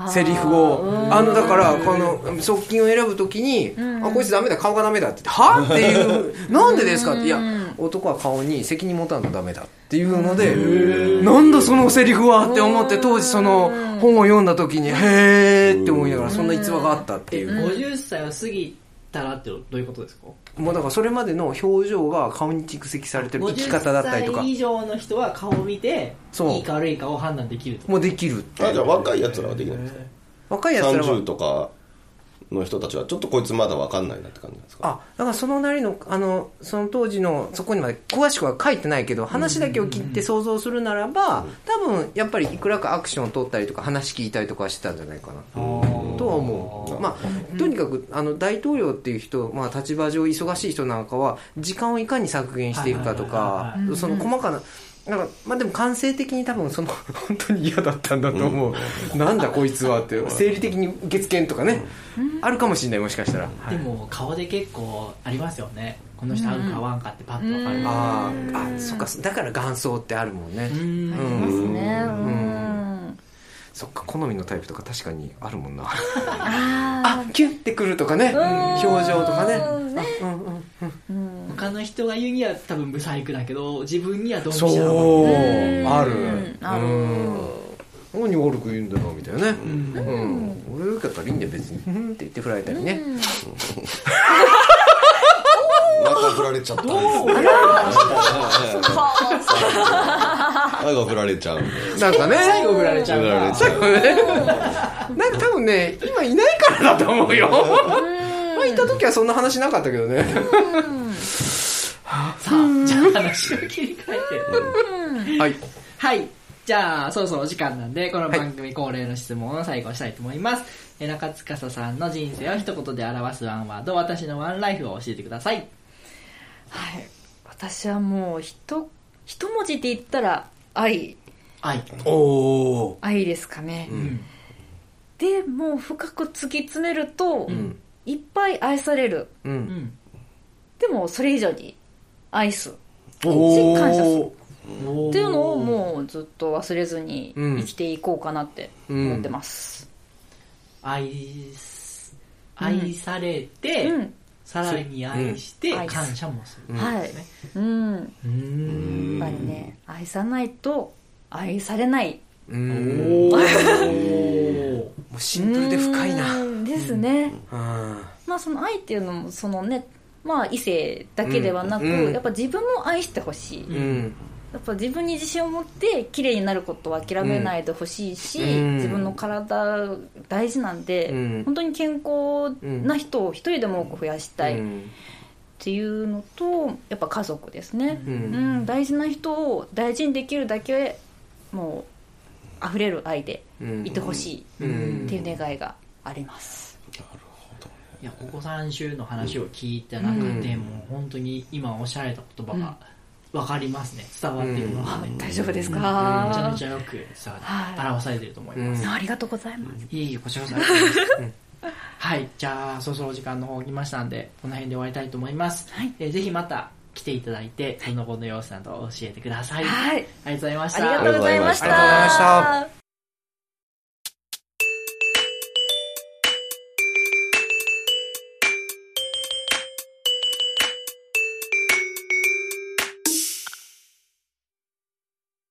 Speaker 5: セリフをあのだからこの側近を選ぶ時に「あこいつダメだ顔がダメだ」って言って「はっていう「なんでですか?」って「いや男は顔に責任持たんとダメだ」っていうので「なんだそのセリフは」って思って当時その本を読んだ時に「へーって思いながらそんな逸話があったって
Speaker 2: え
Speaker 5: いう。
Speaker 2: 50歳を過ぎたらってどういうことですか
Speaker 5: もうだからそれまでの表情が顔に蓄積されてる生き方だったりと
Speaker 2: 50
Speaker 5: か
Speaker 2: 歳以上の人は顔を見て
Speaker 5: そう
Speaker 2: いいか悪いかを判断できると
Speaker 5: もうできるって
Speaker 4: あ
Speaker 5: い
Speaker 4: じゃあ
Speaker 5: う
Speaker 4: 若い奴らはできないですね。
Speaker 5: 若いやつらは
Speaker 4: 30とかの人たちは、ちょっとこいつまだわかんないなって感じなんですか。
Speaker 5: あだからそのなりのあのその当時のそこにまで詳しくは書いてないけど話だけを切って想像するならば多分やっぱりいくらかアクションを取ったりとか話聞いたりとかはしてたんじゃないかなとは思う、まあ、とにかくあの大統領っていう人、まあ、立場上忙しい人なんかは時間をいかに削減していくかと
Speaker 2: は
Speaker 5: かその細かな。なんかまあ、でも感性的に多分その本当に嫌だったんだと思う、なんだこいつはって生理的に受付とかね、あるかもしれないもしかしたら、はい
Speaker 2: でも顔で結構ありますよねこの人合うか合わんかってパッとわかる
Speaker 5: あーあそっかだから元祖ってあるもんね
Speaker 2: うん
Speaker 5: うん
Speaker 7: ですねうん
Speaker 5: そっか好みのタイプとか確かにあるもんなあキュッてくるとかね表情とかねあうんうん
Speaker 2: 他の人が言うには多分ブサイクだけど自分にはドンピシ
Speaker 5: そ
Speaker 2: ャだもん
Speaker 5: う
Speaker 7: うん
Speaker 5: ある
Speaker 7: ある
Speaker 5: うん何悪く言うんだろうみたいなねうん俺よかったらいいんだよ別にうんって言って振られたりね
Speaker 4: また振られちゃったんで愛が振られちゃうんで
Speaker 5: なんかね
Speaker 2: 最後振られちゃう
Speaker 4: 振
Speaker 2: から
Speaker 4: られちゃう
Speaker 5: なんか多分ね今いないからだと思うよ前いた時はそんな話なかったけどね
Speaker 2: じゃあ話を切り替えて。
Speaker 5: はい
Speaker 2: はい。じゃあ、そろそろお時間なんで、この番組恒例の質問を最後したいと思います。え中津笠さんの人生を一言で表すワンワード、私のワンライフを教えてください。
Speaker 7: はい私はもう一一文字で言ったら愛
Speaker 2: はい。
Speaker 5: おお
Speaker 7: 愛ですかね、でもう深く突き詰めると、
Speaker 5: ん
Speaker 7: いっぱい愛される
Speaker 5: う
Speaker 2: うんん。
Speaker 7: でもそれ以上に愛す
Speaker 5: お
Speaker 7: 感謝する
Speaker 5: ー
Speaker 2: っ
Speaker 7: っていうのをもうずっと忘れずに
Speaker 5: うん
Speaker 7: 生きていこうかなって思ってます、
Speaker 2: 愛す、愛されて、
Speaker 7: うん
Speaker 2: さらに愛して、
Speaker 7: うん
Speaker 2: 感謝もする。
Speaker 7: はい
Speaker 2: ね
Speaker 7: うんや
Speaker 2: うーん。
Speaker 7: っぱりね愛さないと愛されない
Speaker 5: うん
Speaker 2: おー。
Speaker 5: もうシンプルで深いな
Speaker 7: うんですね、
Speaker 5: うん
Speaker 7: まあその愛っていうのもそのねまあ異性だけではなく、
Speaker 5: うんうん
Speaker 7: やっぱ自分も愛してほしい、
Speaker 5: うん
Speaker 7: やっぱ自分に自信を持って綺麗になることを諦めないでほしいし、
Speaker 5: うん
Speaker 7: 自分の体大事なんで、
Speaker 5: うん
Speaker 7: 本当に健康な人を一人でも多く増やしたいっ
Speaker 5: うん
Speaker 7: ていうのとやっぱ家族ですね、
Speaker 5: う
Speaker 7: うんん大事な人を大事にできるだけもう溢れる愛でいてほしいっていう願いがあります、
Speaker 2: いや、ここ3週の話を聞いた中で、もう本当に今おっしゃられた言葉が分かりますね。伝わってくるわ。め
Speaker 7: 大丈夫ですか、
Speaker 2: ちゃめちゃよく伝わって
Speaker 7: はい
Speaker 2: 表されてると思います。
Speaker 7: ありがとうございます。
Speaker 2: いえいえ、こちらこそありがとうございます。はい、じゃあ、そろそろお時間の方来ましたんで、この辺で終わりたいと思います。
Speaker 7: はい
Speaker 2: えーぜひまた来ていただいて、その後の様子などを教えてください。あ
Speaker 7: はい
Speaker 2: りがとうございまし
Speaker 7: あ
Speaker 2: た。
Speaker 7: りがとうございました。
Speaker 5: ありがとうございました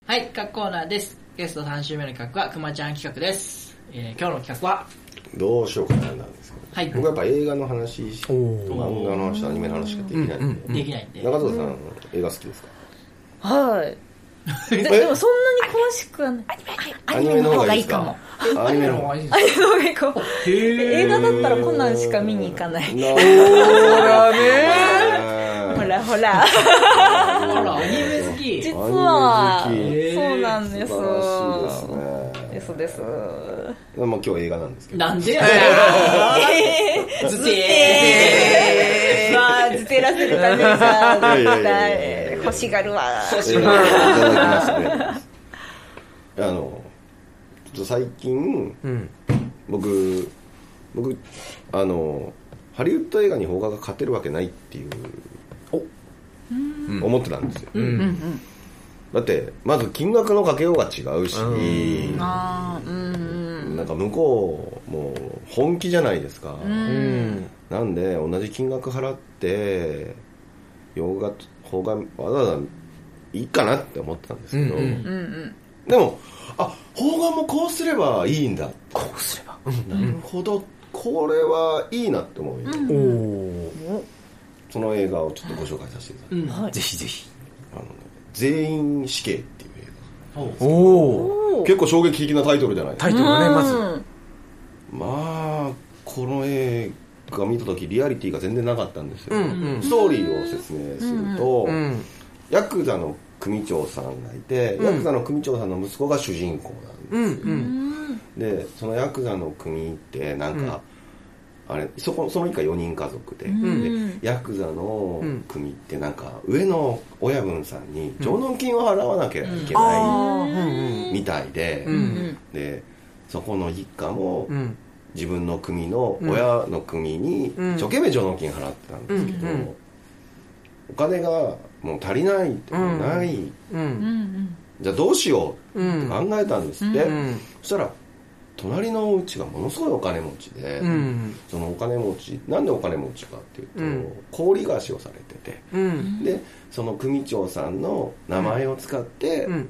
Speaker 2: はい、各コーナーです。ゲスト3週目の企画は、くまちゃん企画です。えー今日の企画は、
Speaker 4: どうしようかななんですけど
Speaker 2: はい、
Speaker 4: 僕はやっぱ映画の話漫画の話アニメの話しかできないんで
Speaker 2: できないんで。
Speaker 4: 中澤さん映画好きですか
Speaker 7: はい。ででもそんなに詳しくはない。アニメの方がいいかも。
Speaker 4: ですかアニメの方
Speaker 2: も
Speaker 4: が
Speaker 2: う
Speaker 4: いい
Speaker 2: いいです
Speaker 7: アニメの方がいいかも。映画だったらコナンしか見に行かない。
Speaker 4: なるほどね
Speaker 7: ほらほら。
Speaker 2: あら、アニメ好き。
Speaker 7: 実は、
Speaker 4: アニメ好き
Speaker 7: そうなんです。
Speaker 4: 素晴らしい
Speaker 7: で
Speaker 4: です
Speaker 7: す
Speaker 4: ね
Speaker 7: です。
Speaker 4: まあ今日映画なんですけど
Speaker 2: なんでやねん。ずて
Speaker 7: えー、 まあ、ずてらせるためじ ゃ、絶対、欲しがるわ。
Speaker 4: 映画をいただきましてあのちょっと最近、僕僕あのハリウッド映画に邦画が勝てるわけないっていう思ってたんですよ、だってまず金額のかけようが違うし、
Speaker 7: あーうん。
Speaker 4: なんか向こうもう本気じゃないですか、
Speaker 5: うん
Speaker 4: なんで同じ金額払って洋画と邦画わざわざいいかなって思ってたんですけど、
Speaker 5: うんうん
Speaker 4: でもあ邦画もこうすればいいんだこうすればなるほどこれはいいなって思うよ、
Speaker 5: おお
Speaker 4: その映画をちょっとご紹介させてください、
Speaker 2: ー
Speaker 5: ぜひぜひ
Speaker 4: あのね全員死刑っていう映
Speaker 5: おお
Speaker 4: 画結構衝撃的なタイトルじゃないです
Speaker 5: タ
Speaker 4: か
Speaker 5: イトルがねまず
Speaker 4: まあこの映画見た時リアリティが全然なかったんですよ、
Speaker 5: うんうん
Speaker 4: ストーリーを説明すると、
Speaker 5: うん
Speaker 4: ヤクザの組長さんがいて、
Speaker 5: ん
Speaker 4: ヤクザの組長さんの息子が主人公なんで,、
Speaker 5: うんうん
Speaker 4: でそのヤクザの組ってなんか、あれそこその以下4人家族で,で、
Speaker 5: ん
Speaker 4: ヤクザの組ってなんか上の親分さんに上納金を払わなきゃいけな
Speaker 5: あーうんうん
Speaker 4: いみたいで、
Speaker 5: うん
Speaker 4: でそこの一家も、
Speaker 5: うん
Speaker 4: 自分の組の親の組に
Speaker 5: うん
Speaker 4: 一生懸命上納金払ってたんですけど、
Speaker 5: うんうん
Speaker 4: お金がもう足りないって
Speaker 5: うん
Speaker 4: ない、
Speaker 5: うん
Speaker 4: じゃあどうしよう
Speaker 5: う
Speaker 4: って
Speaker 5: ん
Speaker 4: 考えたんですって、
Speaker 5: うん
Speaker 4: そしたら隣のお家がものすごいお金持ちで、
Speaker 5: うん
Speaker 4: そのお金持ちなんでお金持ちかっていうと、
Speaker 5: うん
Speaker 4: 氷菓子をされてて
Speaker 5: うん
Speaker 4: でその組長さんの名前を使って
Speaker 5: うん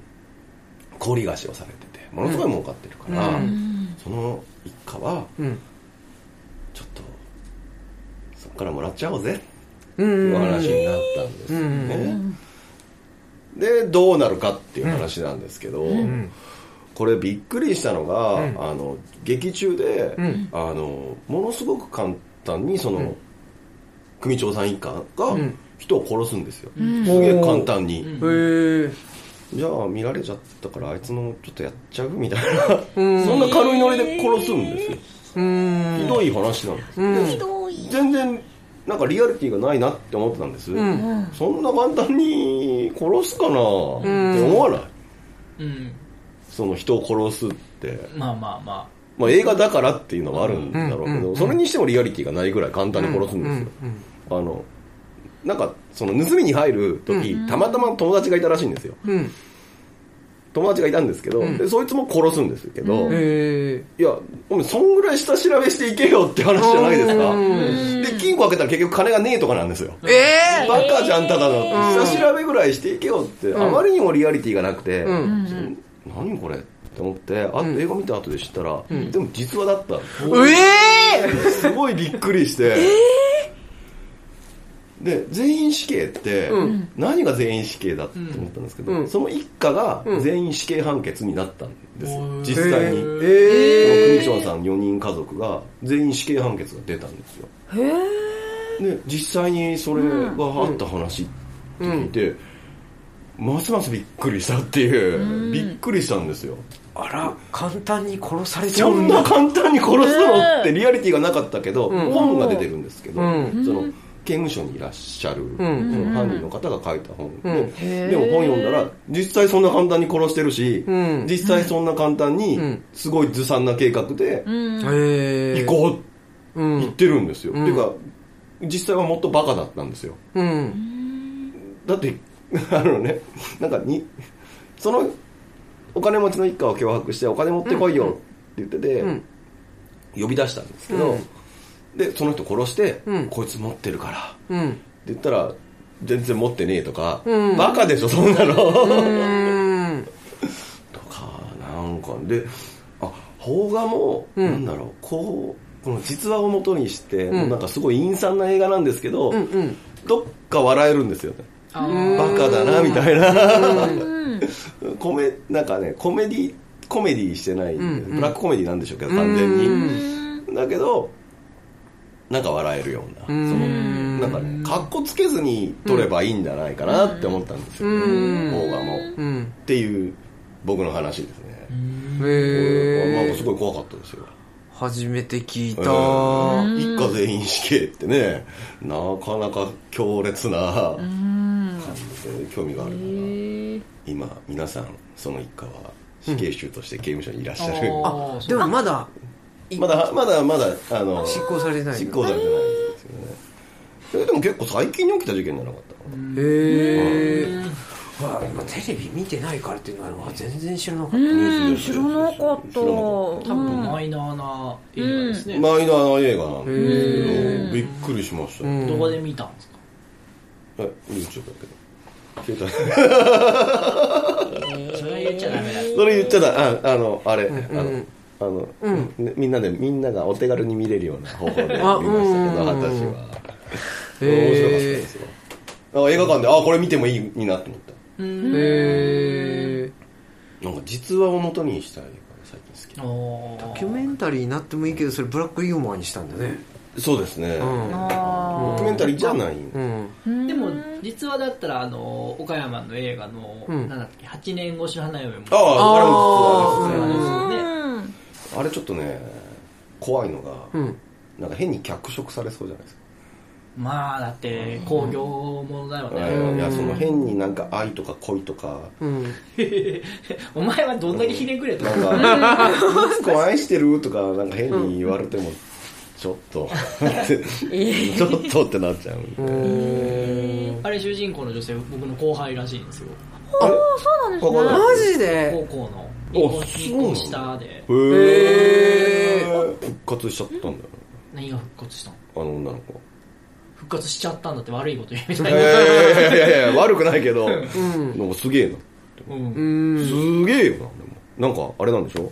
Speaker 4: 氷菓子をされててものすごい儲かってるから、
Speaker 5: うん
Speaker 4: その一家は
Speaker 5: うん
Speaker 4: ちょっとそっからもらっちゃおうぜ
Speaker 5: うん
Speaker 4: の話になったんですよね、でどうなるかっていう話なんですけど、これびっくりしたのが、あの劇中で、
Speaker 5: ん
Speaker 4: あのものすごく簡単にその、組長参委員官が
Speaker 5: ん
Speaker 4: 人を殺すんですよ、すげえ簡単に、
Speaker 5: へえ
Speaker 4: じゃあ見られちゃったからあいつのちょっとやっちゃうみたいな、そんな軽いノリで殺すんですよ、
Speaker 5: うん
Speaker 4: ひどい話なんです、
Speaker 7: ひどい
Speaker 4: 全然なんかリアリティがないなって思ってたんです、そんな簡単に殺すかなって思わない、
Speaker 2: うん。
Speaker 4: その人を殺すって、
Speaker 2: まあまあま
Speaker 4: まあ、映画だからっていうのはあるんだろうけど、それにしてもリアリティがないぐらい簡単に殺すんですよ、あのなんかその盗みに入る時、たまたま友達がいたらしいんですよ
Speaker 5: うん
Speaker 4: 友達がいたんですけど、でそいつも殺すんですけど、
Speaker 5: へえ
Speaker 4: いや、お前そんぐらい下調べしていけよって話じゃないですか。で、金庫開けたら結局金がねえとかなんですよ。
Speaker 5: ええ
Speaker 4: バカじゃん、ただの。下調べぐらいしていけよって、あまりにもリアリティがなくて、何これって思って、あ映画見た後で知ったら、でも実話だった。すごいびっくり して。で、全員死刑って、何が全員死刑だって思ったんですけど、その一家が全員死刑判決になったんですよ、実際に。
Speaker 5: ええ
Speaker 4: 組長さん4人家族が全員死刑判決が出たんですよで実際にそれがあった話って聞いて、ますますびっくりしたっていう、びっくりしたんですよ
Speaker 5: あら簡単に殺されちゃ
Speaker 4: そ
Speaker 5: うんん
Speaker 4: な
Speaker 5: だ
Speaker 4: 簡単に殺すのってリアリティがなかったけど、
Speaker 5: ん
Speaker 4: 本が出てるんですけど、
Speaker 5: うん
Speaker 4: その刑務所にいらっしゃる、
Speaker 5: ん
Speaker 4: その犯人の方が書いた本で、
Speaker 5: うん
Speaker 4: でも本読んだら実際そんな簡単に殺してるし、
Speaker 5: うん
Speaker 4: 実際そんな簡単に
Speaker 5: ん
Speaker 4: すごいずさんな計画で
Speaker 5: へえ
Speaker 4: 行こうって
Speaker 5: う
Speaker 4: 言っ
Speaker 5: ん
Speaker 4: てるんですよ、
Speaker 5: ん
Speaker 4: っていうか実際はもっとバカだったんですよ
Speaker 5: うん
Speaker 4: だって あのねなんかにそのお金持ちの一家を脅迫してお金持ってこいよって言ってて、
Speaker 5: ん
Speaker 4: 呼び出したんですけど、でその人殺して、
Speaker 5: うん
Speaker 4: こいつ持ってるからって
Speaker 5: うん
Speaker 4: 言ったら全然持ってねえとか、バカでしょそんなの、
Speaker 5: うん
Speaker 4: とかなんかであ邦画も、なんだろうこうこの実話をもとにして、もうなんかすごい陰惨な映画なんですけど、
Speaker 5: うんうん
Speaker 4: どっか笑えるんですよね
Speaker 2: あ。あー
Speaker 4: バカだなみたいなコメなんかねコメディコメディしてない、
Speaker 5: んうん
Speaker 4: ブラックコメディなんでしょうけど完全にだけどなんか笑えるようなそのなんかねかっこつけずに撮ればいいんじゃないかなって思ったんですよ
Speaker 5: うん
Speaker 4: 邦画もっ
Speaker 5: うん
Speaker 4: ていう僕の話ですね
Speaker 5: へ
Speaker 4: まあ、
Speaker 5: え
Speaker 4: すごい怖かったですよ、
Speaker 5: 初めて聞い
Speaker 4: え
Speaker 5: た
Speaker 4: ー一家全員死刑ってねなかなか強烈な感じで興味があるから今皆さんその一家は死刑囚として刑務所にいらっしゃる、
Speaker 2: あー
Speaker 5: でもまだ
Speaker 4: まだまだまだあの
Speaker 5: 執行されてない
Speaker 4: 執行されてないんですよねえーでも結構最近に起きた事件じゃなかったかな
Speaker 5: へえ今テレビ見てないからっていうのはわ全然知らなかった
Speaker 7: うん
Speaker 4: 知
Speaker 7: 知
Speaker 4: ら
Speaker 7: ら
Speaker 4: な
Speaker 7: な
Speaker 4: か
Speaker 7: か
Speaker 4: っ
Speaker 7: ったた
Speaker 2: 多分マイナーな映画ですね。
Speaker 4: マイナーな映画なんですけ
Speaker 5: へ
Speaker 4: どびっくりしました、
Speaker 5: ん
Speaker 2: どこで見たんですか
Speaker 4: え YouTube だけど携帯
Speaker 2: それは言っちゃダメだよ。
Speaker 4: それ言っちゃったああのあれ、あのあの、ねみんなでみんながお手軽に見れるような方法で見ました
Speaker 5: あ
Speaker 4: け
Speaker 5: うん
Speaker 4: ど私は面白かったで
Speaker 5: へ
Speaker 4: すよあ映画館であこれ見てもいいなと思った
Speaker 5: えへえ
Speaker 4: なんか実話を元にした映画が最近好き
Speaker 2: お
Speaker 5: ド
Speaker 2: ー
Speaker 5: キュメンタリーになってもいいけどそれブラックユーモアにしたんだね
Speaker 4: そうですね、
Speaker 5: うん
Speaker 4: ドキュメンタリーじゃない、
Speaker 5: うん
Speaker 2: でも、実話だったら、あの、岡山の映画の、
Speaker 5: ん
Speaker 2: なんだっけ、8年越しの花嫁も。
Speaker 4: ああ
Speaker 5: あー
Speaker 4: あれも実話ですね
Speaker 2: ね、
Speaker 4: あれちょっとね怖いのが、
Speaker 5: ん
Speaker 4: なんか変に脚色されそうじゃないですか
Speaker 2: まあ、だって、工業ものだよね。
Speaker 4: いやその変になんか愛とか恋とか、
Speaker 5: うん
Speaker 2: お前はどんだけひねくれと
Speaker 4: な
Speaker 2: か。
Speaker 4: んか、息子愛してるとか、なんか変に言われても、ちょっと、ちょっとってなっちゃうみたいな。
Speaker 2: あれ、主人公の女性、僕の後輩らしいんですよ。
Speaker 4: ここ
Speaker 5: マ
Speaker 4: だ
Speaker 5: ジ
Speaker 2: 高
Speaker 5: で
Speaker 2: 校の、
Speaker 4: お
Speaker 2: 一
Speaker 4: そ
Speaker 2: 個一
Speaker 4: うなの
Speaker 2: 個下で、
Speaker 4: へー復活しちゃったんだよ、
Speaker 2: 何が復活したの
Speaker 4: あの女の子。
Speaker 2: 復活しちゃったんだって悪いこと言うみたい
Speaker 4: い
Speaker 2: な。
Speaker 4: やいやいやいやいや悪くないけど、なんかすげえな。
Speaker 2: う
Speaker 4: す
Speaker 2: ん
Speaker 4: げえよな、でも。なんか、あれなんでしょ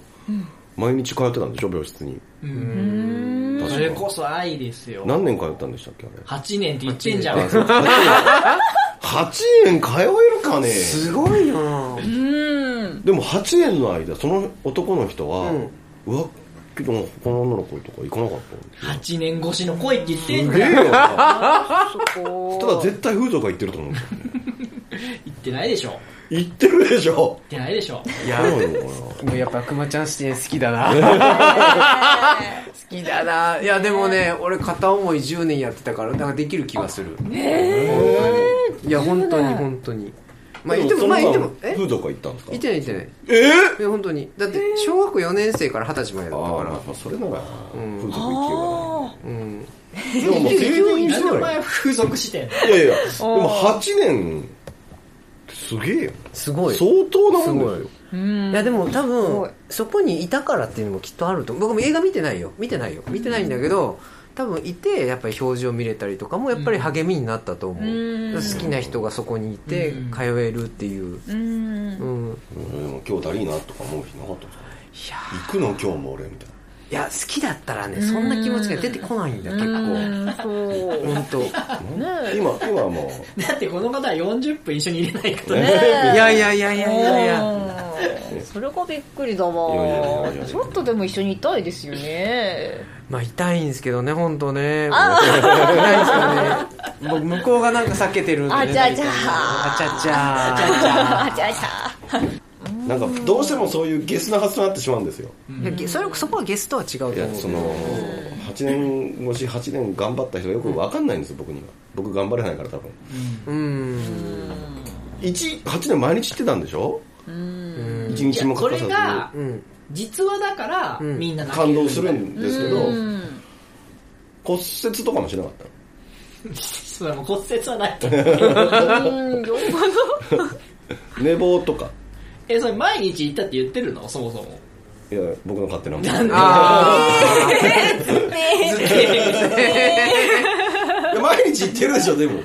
Speaker 4: 毎日通ってたんでしょ病室に。確か
Speaker 2: それこそ愛ですよ。
Speaker 4: 何年通ったんでしたっけあれ
Speaker 2: 8年って言ってんじゃん。
Speaker 4: 8円通えるかね
Speaker 5: すごいよな
Speaker 4: でも8円の間その男の人は、うわけどこの女の子とか行かなかったの
Speaker 2: 8年越しの恋って言ってん
Speaker 4: す
Speaker 2: じ
Speaker 4: げ
Speaker 2: ゃん。
Speaker 4: えよな
Speaker 7: そこ
Speaker 4: ただ絶対風俗は行ってると思うんですよね
Speaker 2: 言ってないでしょ。言っ
Speaker 4: 行ってるでしょ
Speaker 2: てないでしょ。
Speaker 4: いやるのかな
Speaker 5: もうやっぱくまちゃん視点好きだな好きだないやでもね俺片思い10年やってたからなんかできる気がするええいや本当に本当にまあ言ってもまあ言ってもえ
Speaker 4: 風俗は行ったんですか
Speaker 5: 言ってない言ってないええ本当にだって小学校4年生から二十歳までだった
Speaker 4: あ
Speaker 5: か
Speaker 4: あま
Speaker 5: ら
Speaker 4: あまあそれなら風俗行
Speaker 5: うん
Speaker 4: きようがないでももう成人
Speaker 2: 何
Speaker 4: し
Speaker 2: で
Speaker 4: て
Speaker 2: お
Speaker 4: ない
Speaker 2: 前風俗してんの
Speaker 4: いやいやでも8年すげえよ
Speaker 5: すごい
Speaker 4: 相当なもんですよ
Speaker 5: いやでも多
Speaker 7: ごい
Speaker 5: 分そこにいたからっていうのもきっとあると思う僕も映画見てないよ見てないよ見てないんだけど多分いてやっぱり表情見れたりとかもやっぱり励みになったと思う、
Speaker 7: うん
Speaker 5: 好きな人がそこにいて
Speaker 2: うん
Speaker 5: 通えるっていう、
Speaker 7: うん
Speaker 5: うん、
Speaker 4: う
Speaker 5: い
Speaker 4: んでも今日だりいなとか思う日なかったんですか
Speaker 5: や
Speaker 4: 行くの今日も俺みたいな
Speaker 5: ーいや好きだったらねそんな気持ちが出てこないんだ結構
Speaker 7: そう
Speaker 5: 本当
Speaker 4: 今今はもう
Speaker 2: だってこの方は40分一緒にいれな いからね。
Speaker 5: いやいやいやいやいやいや
Speaker 7: うんそれがびっくりだ
Speaker 4: いやいやいやいやいや
Speaker 7: わちょっとでも一緒にいたいですよね
Speaker 5: まあ痛いんですけどね本当ね痛いんですけどね僕向こうがなんか避けてるんで、ね、
Speaker 7: あちゃちゃ
Speaker 5: あちゃちゃ
Speaker 7: あちゃちゃ
Speaker 4: なんかどうしてもそういうゲスな発想になってしまうんですよ、
Speaker 5: いやげそれそこはゲスとは違うと思う
Speaker 4: いやその8年越し8年頑張った人がよく分かんないんですよ僕には僕頑張れないから多分
Speaker 5: うん
Speaker 4: 1 8年毎日行ってたんでしょ一日も
Speaker 2: こ
Speaker 4: 欠か
Speaker 2: れ
Speaker 4: さ
Speaker 2: が
Speaker 5: う、ん
Speaker 2: 実話だから、
Speaker 5: ん
Speaker 2: みんな
Speaker 4: ず
Speaker 2: 泣け
Speaker 4: 感動
Speaker 2: んだ
Speaker 4: するんですけど
Speaker 7: うん
Speaker 4: 骨折とかもしなかった
Speaker 2: それはもう骨折はないと思う。
Speaker 7: うんよっぽど
Speaker 4: 寝坊とか
Speaker 2: え、それ毎日行ったって言ってるのそもそも。
Speaker 4: いや僕の勝手なもん
Speaker 5: あ
Speaker 4: いや毎日行ってるでしょでも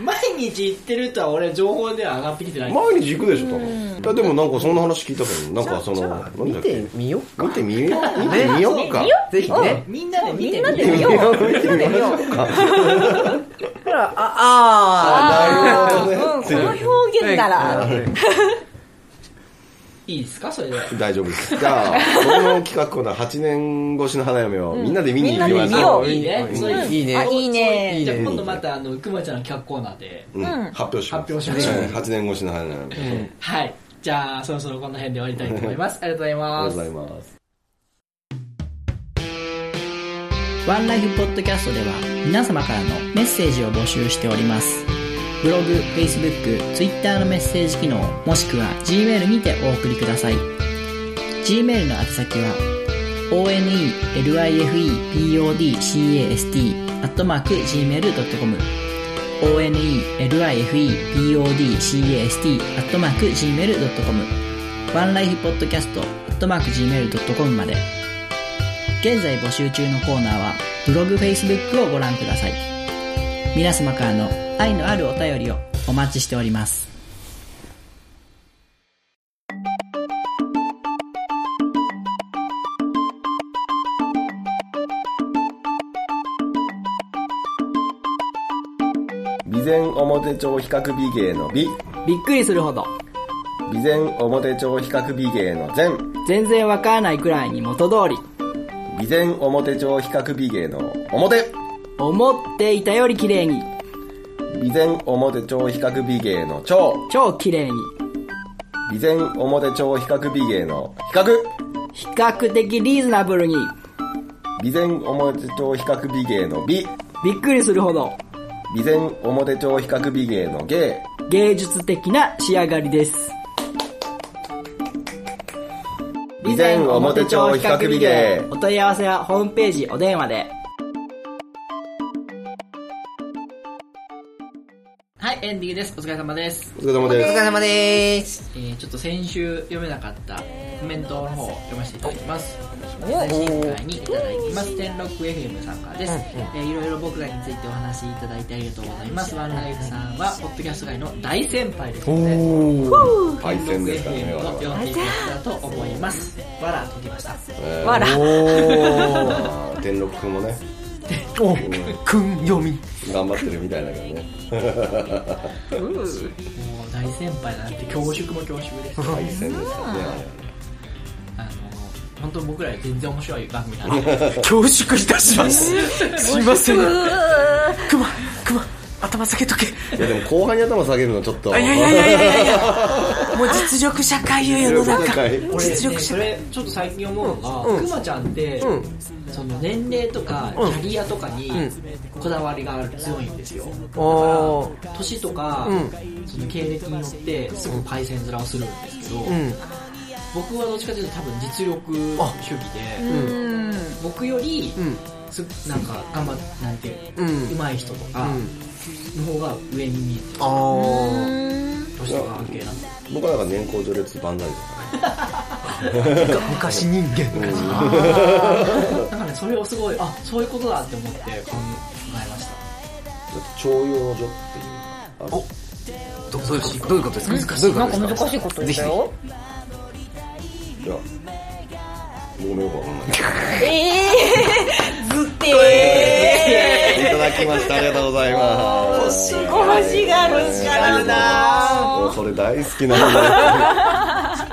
Speaker 2: 毎日行ってるとは俺情報では上がってきてない。
Speaker 4: 毎日行くでしょ多分いやでもなんかそんな話聞いたけどなんかその
Speaker 5: あ
Speaker 4: なん
Speaker 5: 見
Speaker 4: だっけ
Speaker 5: てみよ
Speaker 4: 見てみよう見てみようか
Speaker 5: うぜひね
Speaker 2: みんなで見てみよう
Speaker 4: 見てみよう見てみようか
Speaker 5: ほらあ
Speaker 4: なるほ
Speaker 5: あ
Speaker 4: どね
Speaker 7: うんこの表現なら
Speaker 2: いいですかそれで。
Speaker 4: 大丈夫です。じゃあ、僕の企画コーナー、8年越しの花嫁をみんなで見に行きま
Speaker 7: みん
Speaker 4: し
Speaker 7: なで見よ
Speaker 4: ょ
Speaker 7: う
Speaker 4: う。
Speaker 2: いいね。そうう
Speaker 5: いいね
Speaker 2: そうう
Speaker 7: いいね
Speaker 2: じゃあ今度また、あの、くまちゃんの企画コーナーで。
Speaker 4: うん発表します。
Speaker 2: 発表しましょう
Speaker 4: はい8年越しの花嫁。あり
Speaker 2: はい。じゃあ、そろそろこの辺で終わりたいと思い ます。ありがとうござい
Speaker 4: がと
Speaker 2: ま
Speaker 4: う
Speaker 2: す
Speaker 4: ござ。います。
Speaker 3: ワンライフポッドキャストでは皆様からのメッセージを募集しております。ブログ、Facebook、Twitter のメッセージ機能、もしくは Gmail にてお送りください。Gmail の宛先は、onelifepodcast アットマーク gmail.com onelifepodcast アットマーク gmail.com ワンライフポッドキャストアットマーク gmail.com まで現在募集中のコーナーはブログ、Facebook をご覧ください。皆様からの愛のあるお便りをお待ちしております。
Speaker 4: 備前表帳比較美芸の美。
Speaker 3: びっくりするほど、
Speaker 4: 備前表帳比較美芸の善。
Speaker 3: 全然わからないくらいに元通り、
Speaker 4: 備前表帳比較美芸の表。
Speaker 3: 思っていたより綺麗に、
Speaker 4: 備前表帳比較美芸の長。
Speaker 3: 超綺麗に、
Speaker 4: 備前表帳比較美芸の比較。
Speaker 3: 比較的リーズナブルに、
Speaker 4: 備前表帳比較美芸の美。
Speaker 3: びっくりするほど、
Speaker 4: 備前表帳比較美芸の芸。
Speaker 3: 芸術的な仕上がりです。
Speaker 4: 備前表帳比較美芸
Speaker 3: お問い合わせはホームページお電話で。
Speaker 2: はい、エンディングです。お疲れ様です。
Speaker 4: お疲れ様です
Speaker 5: お疲。れ様です
Speaker 2: えー、ちょっと先週読めなかったコメントの方を読ませていただきます。最新回にいただいています。天禄 FM さんからです。えーいろいろ僕らについてお話しいただいてありがとうございます。ワンライフさんは、ポッドキャスト界の大先輩ですので、
Speaker 4: 敗戦ですからね、
Speaker 2: 天
Speaker 4: 我々
Speaker 2: 禄 FM を読んでいただけたらと思います。わら、解きました。
Speaker 4: えー
Speaker 7: わら
Speaker 4: おー天禄くんもね、
Speaker 5: おくん読み
Speaker 4: 頑張ってるみたいだけどね。
Speaker 2: もう大先輩だなって恐縮も恐縮です
Speaker 4: 大戦ですよね。あれ
Speaker 2: あの本当僕らより全然面白い番組なんで
Speaker 5: 恐縮いたしますすいませんくまくま頭下げとけ
Speaker 4: いやでも後半に頭下げるのちょっと。
Speaker 5: あいやいやいやいやいやもう実力社会よ世の中
Speaker 2: 俺ね
Speaker 5: 実
Speaker 2: そ
Speaker 5: 力社会
Speaker 2: れちょっと最近思うの
Speaker 5: う
Speaker 2: が
Speaker 5: ん
Speaker 2: くまちゃんって、
Speaker 5: うん
Speaker 2: その年齢とかキ
Speaker 5: うん
Speaker 2: ャリアとかに
Speaker 5: ん
Speaker 2: こだわりが強いんですよだ
Speaker 5: おー
Speaker 2: から年とか、その経歴によってすぐパイセン面をするんですけど、
Speaker 5: うん
Speaker 2: 僕はどっちかというと多分実力主義で、
Speaker 7: うん
Speaker 2: 僕より、
Speaker 5: うん
Speaker 2: すなんか頑張ってなんていう
Speaker 5: うん
Speaker 2: うまい人とか
Speaker 5: うん
Speaker 2: の方が上に見えて
Speaker 5: あー
Speaker 2: 年とか関係なくて
Speaker 4: 僕はなんか年功序列万歳とか
Speaker 5: 昔人間
Speaker 2: だからねそれをすごいあそういうことだって思って考えまし
Speaker 4: だ
Speaker 2: た
Speaker 4: って徴用所っていうある。
Speaker 5: どどういうことどういうことですかどういうことですか
Speaker 7: しいこと言ったよ
Speaker 4: いや。ごめんよくわかんない。
Speaker 7: えー、ずってー
Speaker 4: いただきました。ありがとうございます。
Speaker 7: 欲しがるから
Speaker 4: もうそれ大好きなん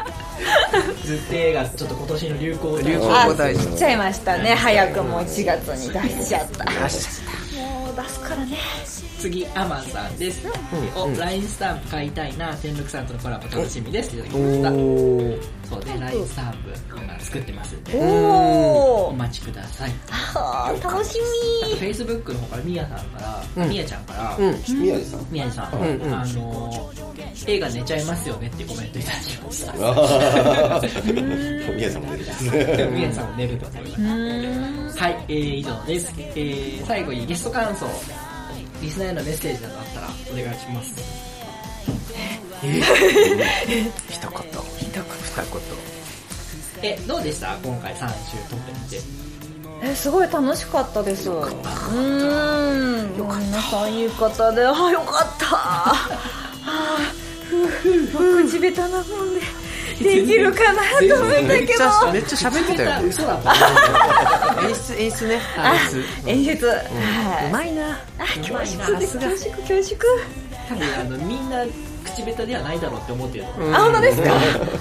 Speaker 2: ずっと映画ちょっと今年の流行で
Speaker 5: 流行
Speaker 7: あ
Speaker 5: 語大事
Speaker 7: 出ちゃいましたね早くもう1月に出しちゃった
Speaker 5: 出し
Speaker 7: もう出すからね
Speaker 2: 次アマンさんです、を LINE スタンプ買いたいな天禄さんとのコラボ楽しみですいただき
Speaker 5: お
Speaker 2: ました
Speaker 5: ー
Speaker 2: そうで LINE スタンプ今作ってますんで
Speaker 7: お
Speaker 2: お待ちください
Speaker 7: ー楽し
Speaker 2: あと Facebook の方からみやさんから、みやちゃんから、
Speaker 5: うん
Speaker 4: です。宮地さん。
Speaker 2: 宮地さん、
Speaker 5: んうん
Speaker 2: あのー映画寝ちゃいますよねっていうコメントいただきました
Speaker 4: 宮地さんも出てます。
Speaker 2: 宮地さんも寝ると思いますはい、えー、以上です、えー、最後にゲスト感想リスナーへのメッセージなどあったらお願いします
Speaker 5: 一言一言
Speaker 2: えどうでした今回3週撮ってみて
Speaker 7: みえすごい楽しかったですうーんよかった皆さんいい方であーよかったあーふうふう口下手なもんでできるかなと思ったけど
Speaker 5: めっちゃ喋ってたよ
Speaker 2: 嘘だった
Speaker 5: 演出演出ね
Speaker 7: あ演出は
Speaker 5: うまいな
Speaker 7: いう恐縮です恐縮恐縮
Speaker 2: 多分あのみんな口下手ではないだろうって思ってると思う、
Speaker 7: あ本当ですか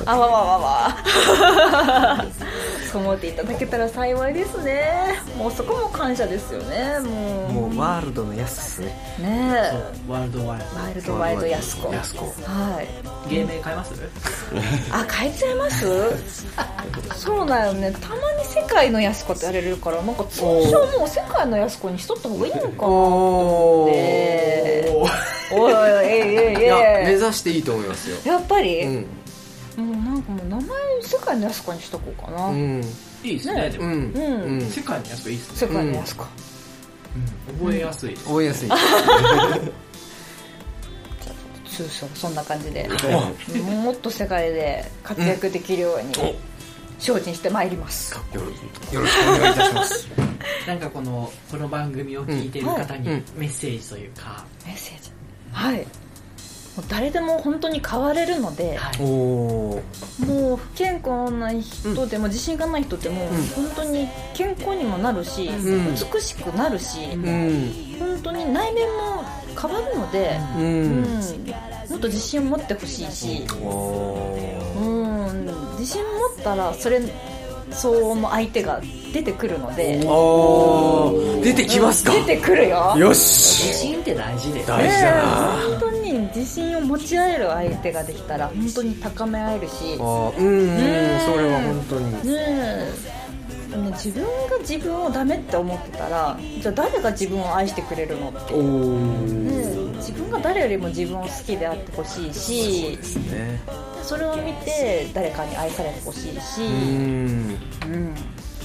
Speaker 7: あわわわわそう思っていただけたら幸いですねもうそこも感謝ですよねも
Speaker 5: も
Speaker 7: う
Speaker 5: うワールドのやつですね
Speaker 7: ねえ
Speaker 2: ワールドワイ
Speaker 7: ワイルドワイルドやすこ
Speaker 5: やすこ
Speaker 7: はい
Speaker 2: ド芸名変えます
Speaker 7: あ変えちゃいますそうだよねたまに世界のやすこって言われるからなんか通称もう世界のやすこにしとった方がいいのか
Speaker 5: おー
Speaker 7: えー、おいおいえいえい
Speaker 5: いや目
Speaker 7: えい
Speaker 5: 指していいと思いますよ
Speaker 7: やっぱり、
Speaker 5: うん
Speaker 7: もうなんかもう名前世界のやすこにしとこうかな、
Speaker 5: うん
Speaker 2: いいですねで
Speaker 5: う
Speaker 2: も、
Speaker 5: ん
Speaker 7: うん
Speaker 5: うん
Speaker 2: 世界のやつがいいですね、
Speaker 7: 世界のやすこ、
Speaker 2: 覚えやすい、
Speaker 5: 覚えやすい
Speaker 7: 通称そんな感じでもっと世界で活躍できるように精進してまいります
Speaker 5: よろよろしくお願いいたします。
Speaker 2: なんかこのこの番組を聞いている方にメッセージというか、
Speaker 7: メッセージはいもう誰でも本当に変われるので、
Speaker 5: おお。
Speaker 7: もう不健康な人でも自信がない人でも本当に健康にもなるし、
Speaker 5: ん
Speaker 7: 美しくなるし、
Speaker 5: うん。
Speaker 7: 本当に内面も変わるので、
Speaker 5: う
Speaker 7: うん
Speaker 5: ん。
Speaker 7: もっと自信を持ってほしいし、
Speaker 5: おお。
Speaker 7: うん、自信持ったらそれ相応の相手が出てくるので
Speaker 5: おー出てきますか。
Speaker 7: 出てくるよ
Speaker 5: よし。
Speaker 2: 自信って大事です
Speaker 5: 大事だな。
Speaker 7: 本当に自信を持ち合える相手ができたら本当に高め合えるし
Speaker 5: あーうんうん。それは本当に。
Speaker 7: ねえね自分が自分をダメって思ってたらじゃあ誰が自分を愛してくれるのって、
Speaker 5: おお。
Speaker 7: ねえ自分が誰よりも自分を好きであってほしいしそ
Speaker 5: ね。
Speaker 7: れを見て誰かに愛されてほしいし、
Speaker 5: うん。
Speaker 7: うん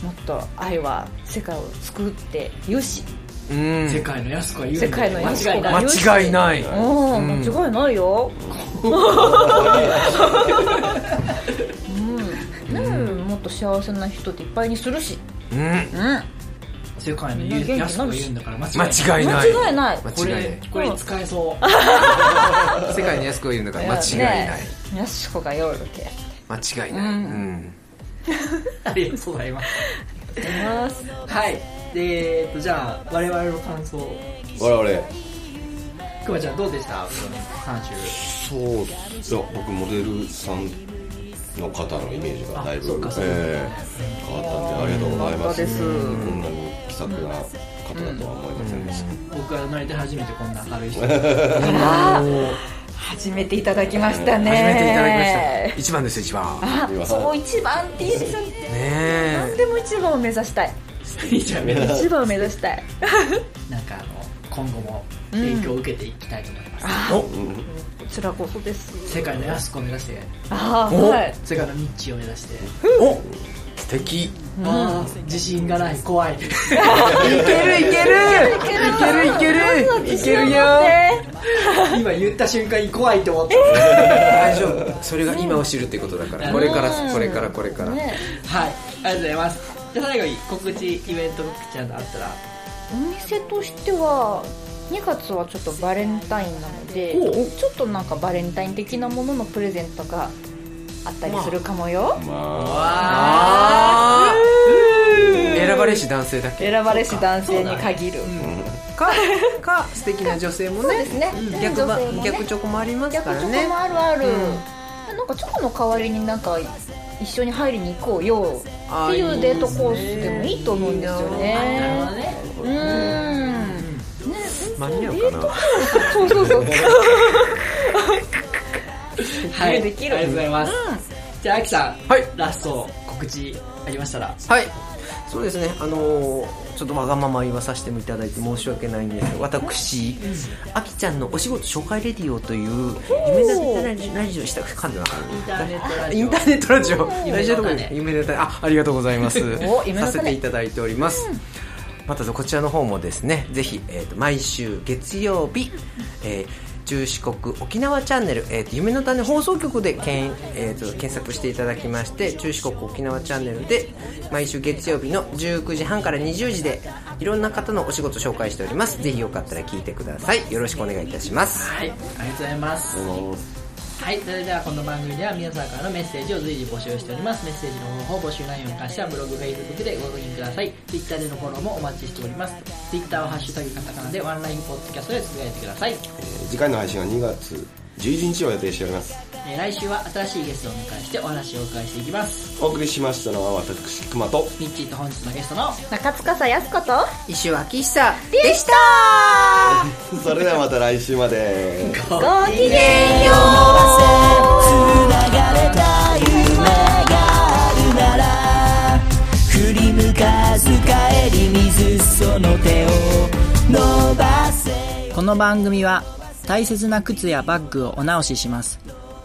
Speaker 7: もっと愛は世界を救ってよし
Speaker 5: うん。
Speaker 2: 世界のやす子は言う
Speaker 7: 世界の安子
Speaker 2: 間違いな
Speaker 7: が
Speaker 2: い
Speaker 7: よし
Speaker 5: 間違いない。
Speaker 7: うん、間違いないよ。うん、ねえもっと幸せな人っていっぱいにするし、
Speaker 5: うん。
Speaker 7: うん、間
Speaker 2: 世界の言うやす子が言うんだから間違いない
Speaker 5: 間違いない。
Speaker 7: 違いない。
Speaker 2: こ
Speaker 5: 間違いない
Speaker 2: れ。これ使えそう
Speaker 5: 世界に安くいるのが間違いない。
Speaker 7: い。やしこが夜だけ。
Speaker 5: 間違いない。うん。
Speaker 2: ありがとうございます。
Speaker 7: います。
Speaker 2: はい。でえっとじゃあ我々の感想
Speaker 4: 我々
Speaker 2: くまちゃんどうでした監修
Speaker 4: そういや僕モデルさんの方のイメージがだい
Speaker 2: あそう
Speaker 4: ぶ
Speaker 2: か、そうか
Speaker 4: ええ変わったんでありがとうございます
Speaker 7: よかったです
Speaker 4: こんなに気さくな方だとは思いませんでした、
Speaker 2: 僕が生まれて初めてこんな明るい人
Speaker 7: 初めていただきましたね
Speaker 5: 初めていただきました一番です一番ね
Speaker 7: あそう一番っていいですよね何
Speaker 5: え
Speaker 7: でも一番を目指したい
Speaker 2: いいじゃんなんか
Speaker 7: 一番を目指したい
Speaker 2: あの今後も影響を受けていきたいと思います、
Speaker 7: こちらこそです
Speaker 2: 世界の安子を目指して
Speaker 7: ああ
Speaker 5: お
Speaker 7: はい
Speaker 2: 世界のミッチーを目指して、
Speaker 5: お素敵
Speaker 2: あー自信がない怖い
Speaker 5: いけるいけるいけるいけるいけるよ
Speaker 2: 今言った瞬間に怖いと思って、
Speaker 5: 大丈夫それが今を知るってことだからこれからこれからこれから
Speaker 7: ね
Speaker 2: はいありがとうございますじゃあ最後に告知イベント告知なんかあったら
Speaker 7: お店としては2月はちょっとバレンタインなのでちょっとなんかバレンタイン的なもののプレゼントがあったりするかもよ、
Speaker 4: まあ
Speaker 5: あー選ばれし男性だけ
Speaker 7: 選ばれし男性に限る
Speaker 5: かか素敵な女性も
Speaker 7: そう
Speaker 5: ね
Speaker 7: ですね
Speaker 5: 逆ば
Speaker 7: 女性もね
Speaker 5: 逆チョコもあります
Speaker 7: 逆
Speaker 5: から
Speaker 7: チョ
Speaker 5: ね
Speaker 7: コもあるある、
Speaker 5: う
Speaker 7: なんかチョコの代わりになんか一緒に入りに行こうよ
Speaker 5: あー
Speaker 7: っていうデートコースでもいいと思うんですよね
Speaker 2: ね
Speaker 7: うーん
Speaker 5: 間に合うかな
Speaker 7: そうそうそう
Speaker 2: はい
Speaker 7: できる
Speaker 2: ありがとうございます、じゃああきさん、
Speaker 5: はい
Speaker 2: ラスト告知ありましたら
Speaker 5: はい、そうですね、あのーちょっとわがまま言わさせてもいただいて申し訳ないんですが私、あきちゃんのお仕事紹介レディオという夢だけラジオした噛んでなかった
Speaker 2: インターネットラジオ
Speaker 5: インターネットラジオ大事なとこ
Speaker 2: 夢の種
Speaker 5: 夢の種あありがとうございます
Speaker 7: お夢の種
Speaker 5: させていただいております、またこちらの方もですねぜひ、えーと毎週月曜日、えー中四国沖縄チャンネル、えーと夢の種放送局でけん、えーと検索していただきまして中四国沖縄チャンネルで毎週月曜日の19時半から20時でいろんな方のお仕事紹介しておりますぜひよかったら聞いてくださいよろしくお願いいたします
Speaker 2: はい、ありがとうございます。はい、それではこの番組では皆さんからのメッセージを随時募集しております。メッセージの方法、募集内容に関してはブログ、Facebook でご確認ください。Twitter でのフォローもお待ちしております。Twitter はハッシュタグカタカナでワンラインポッドキャストでつぶやいてください。
Speaker 4: 次回の配信は2月11日を予定しております
Speaker 2: えー来週は新しいゲストをお迎えしてお話をお伺いしていきます。
Speaker 4: お送りしましたのは私熊と
Speaker 2: ミッチーと本日のゲストの
Speaker 7: 中塚さやすこと
Speaker 5: 石脇久
Speaker 7: でした
Speaker 4: それではまた来週まで
Speaker 7: ごきげんよう
Speaker 1: 伸ばせ繋がれた夢があるなら振り向かず帰り水その手を伸ばせ
Speaker 3: この番組は大切な靴やバッグをお直しします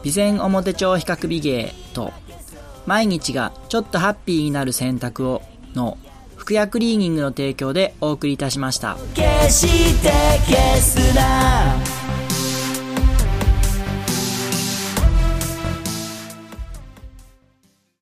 Speaker 3: 備前表町比較美芸と毎日がちょっとハッピーになる選択をの服薬クリーニングの提供でお送りいたしました
Speaker 1: 決して消すな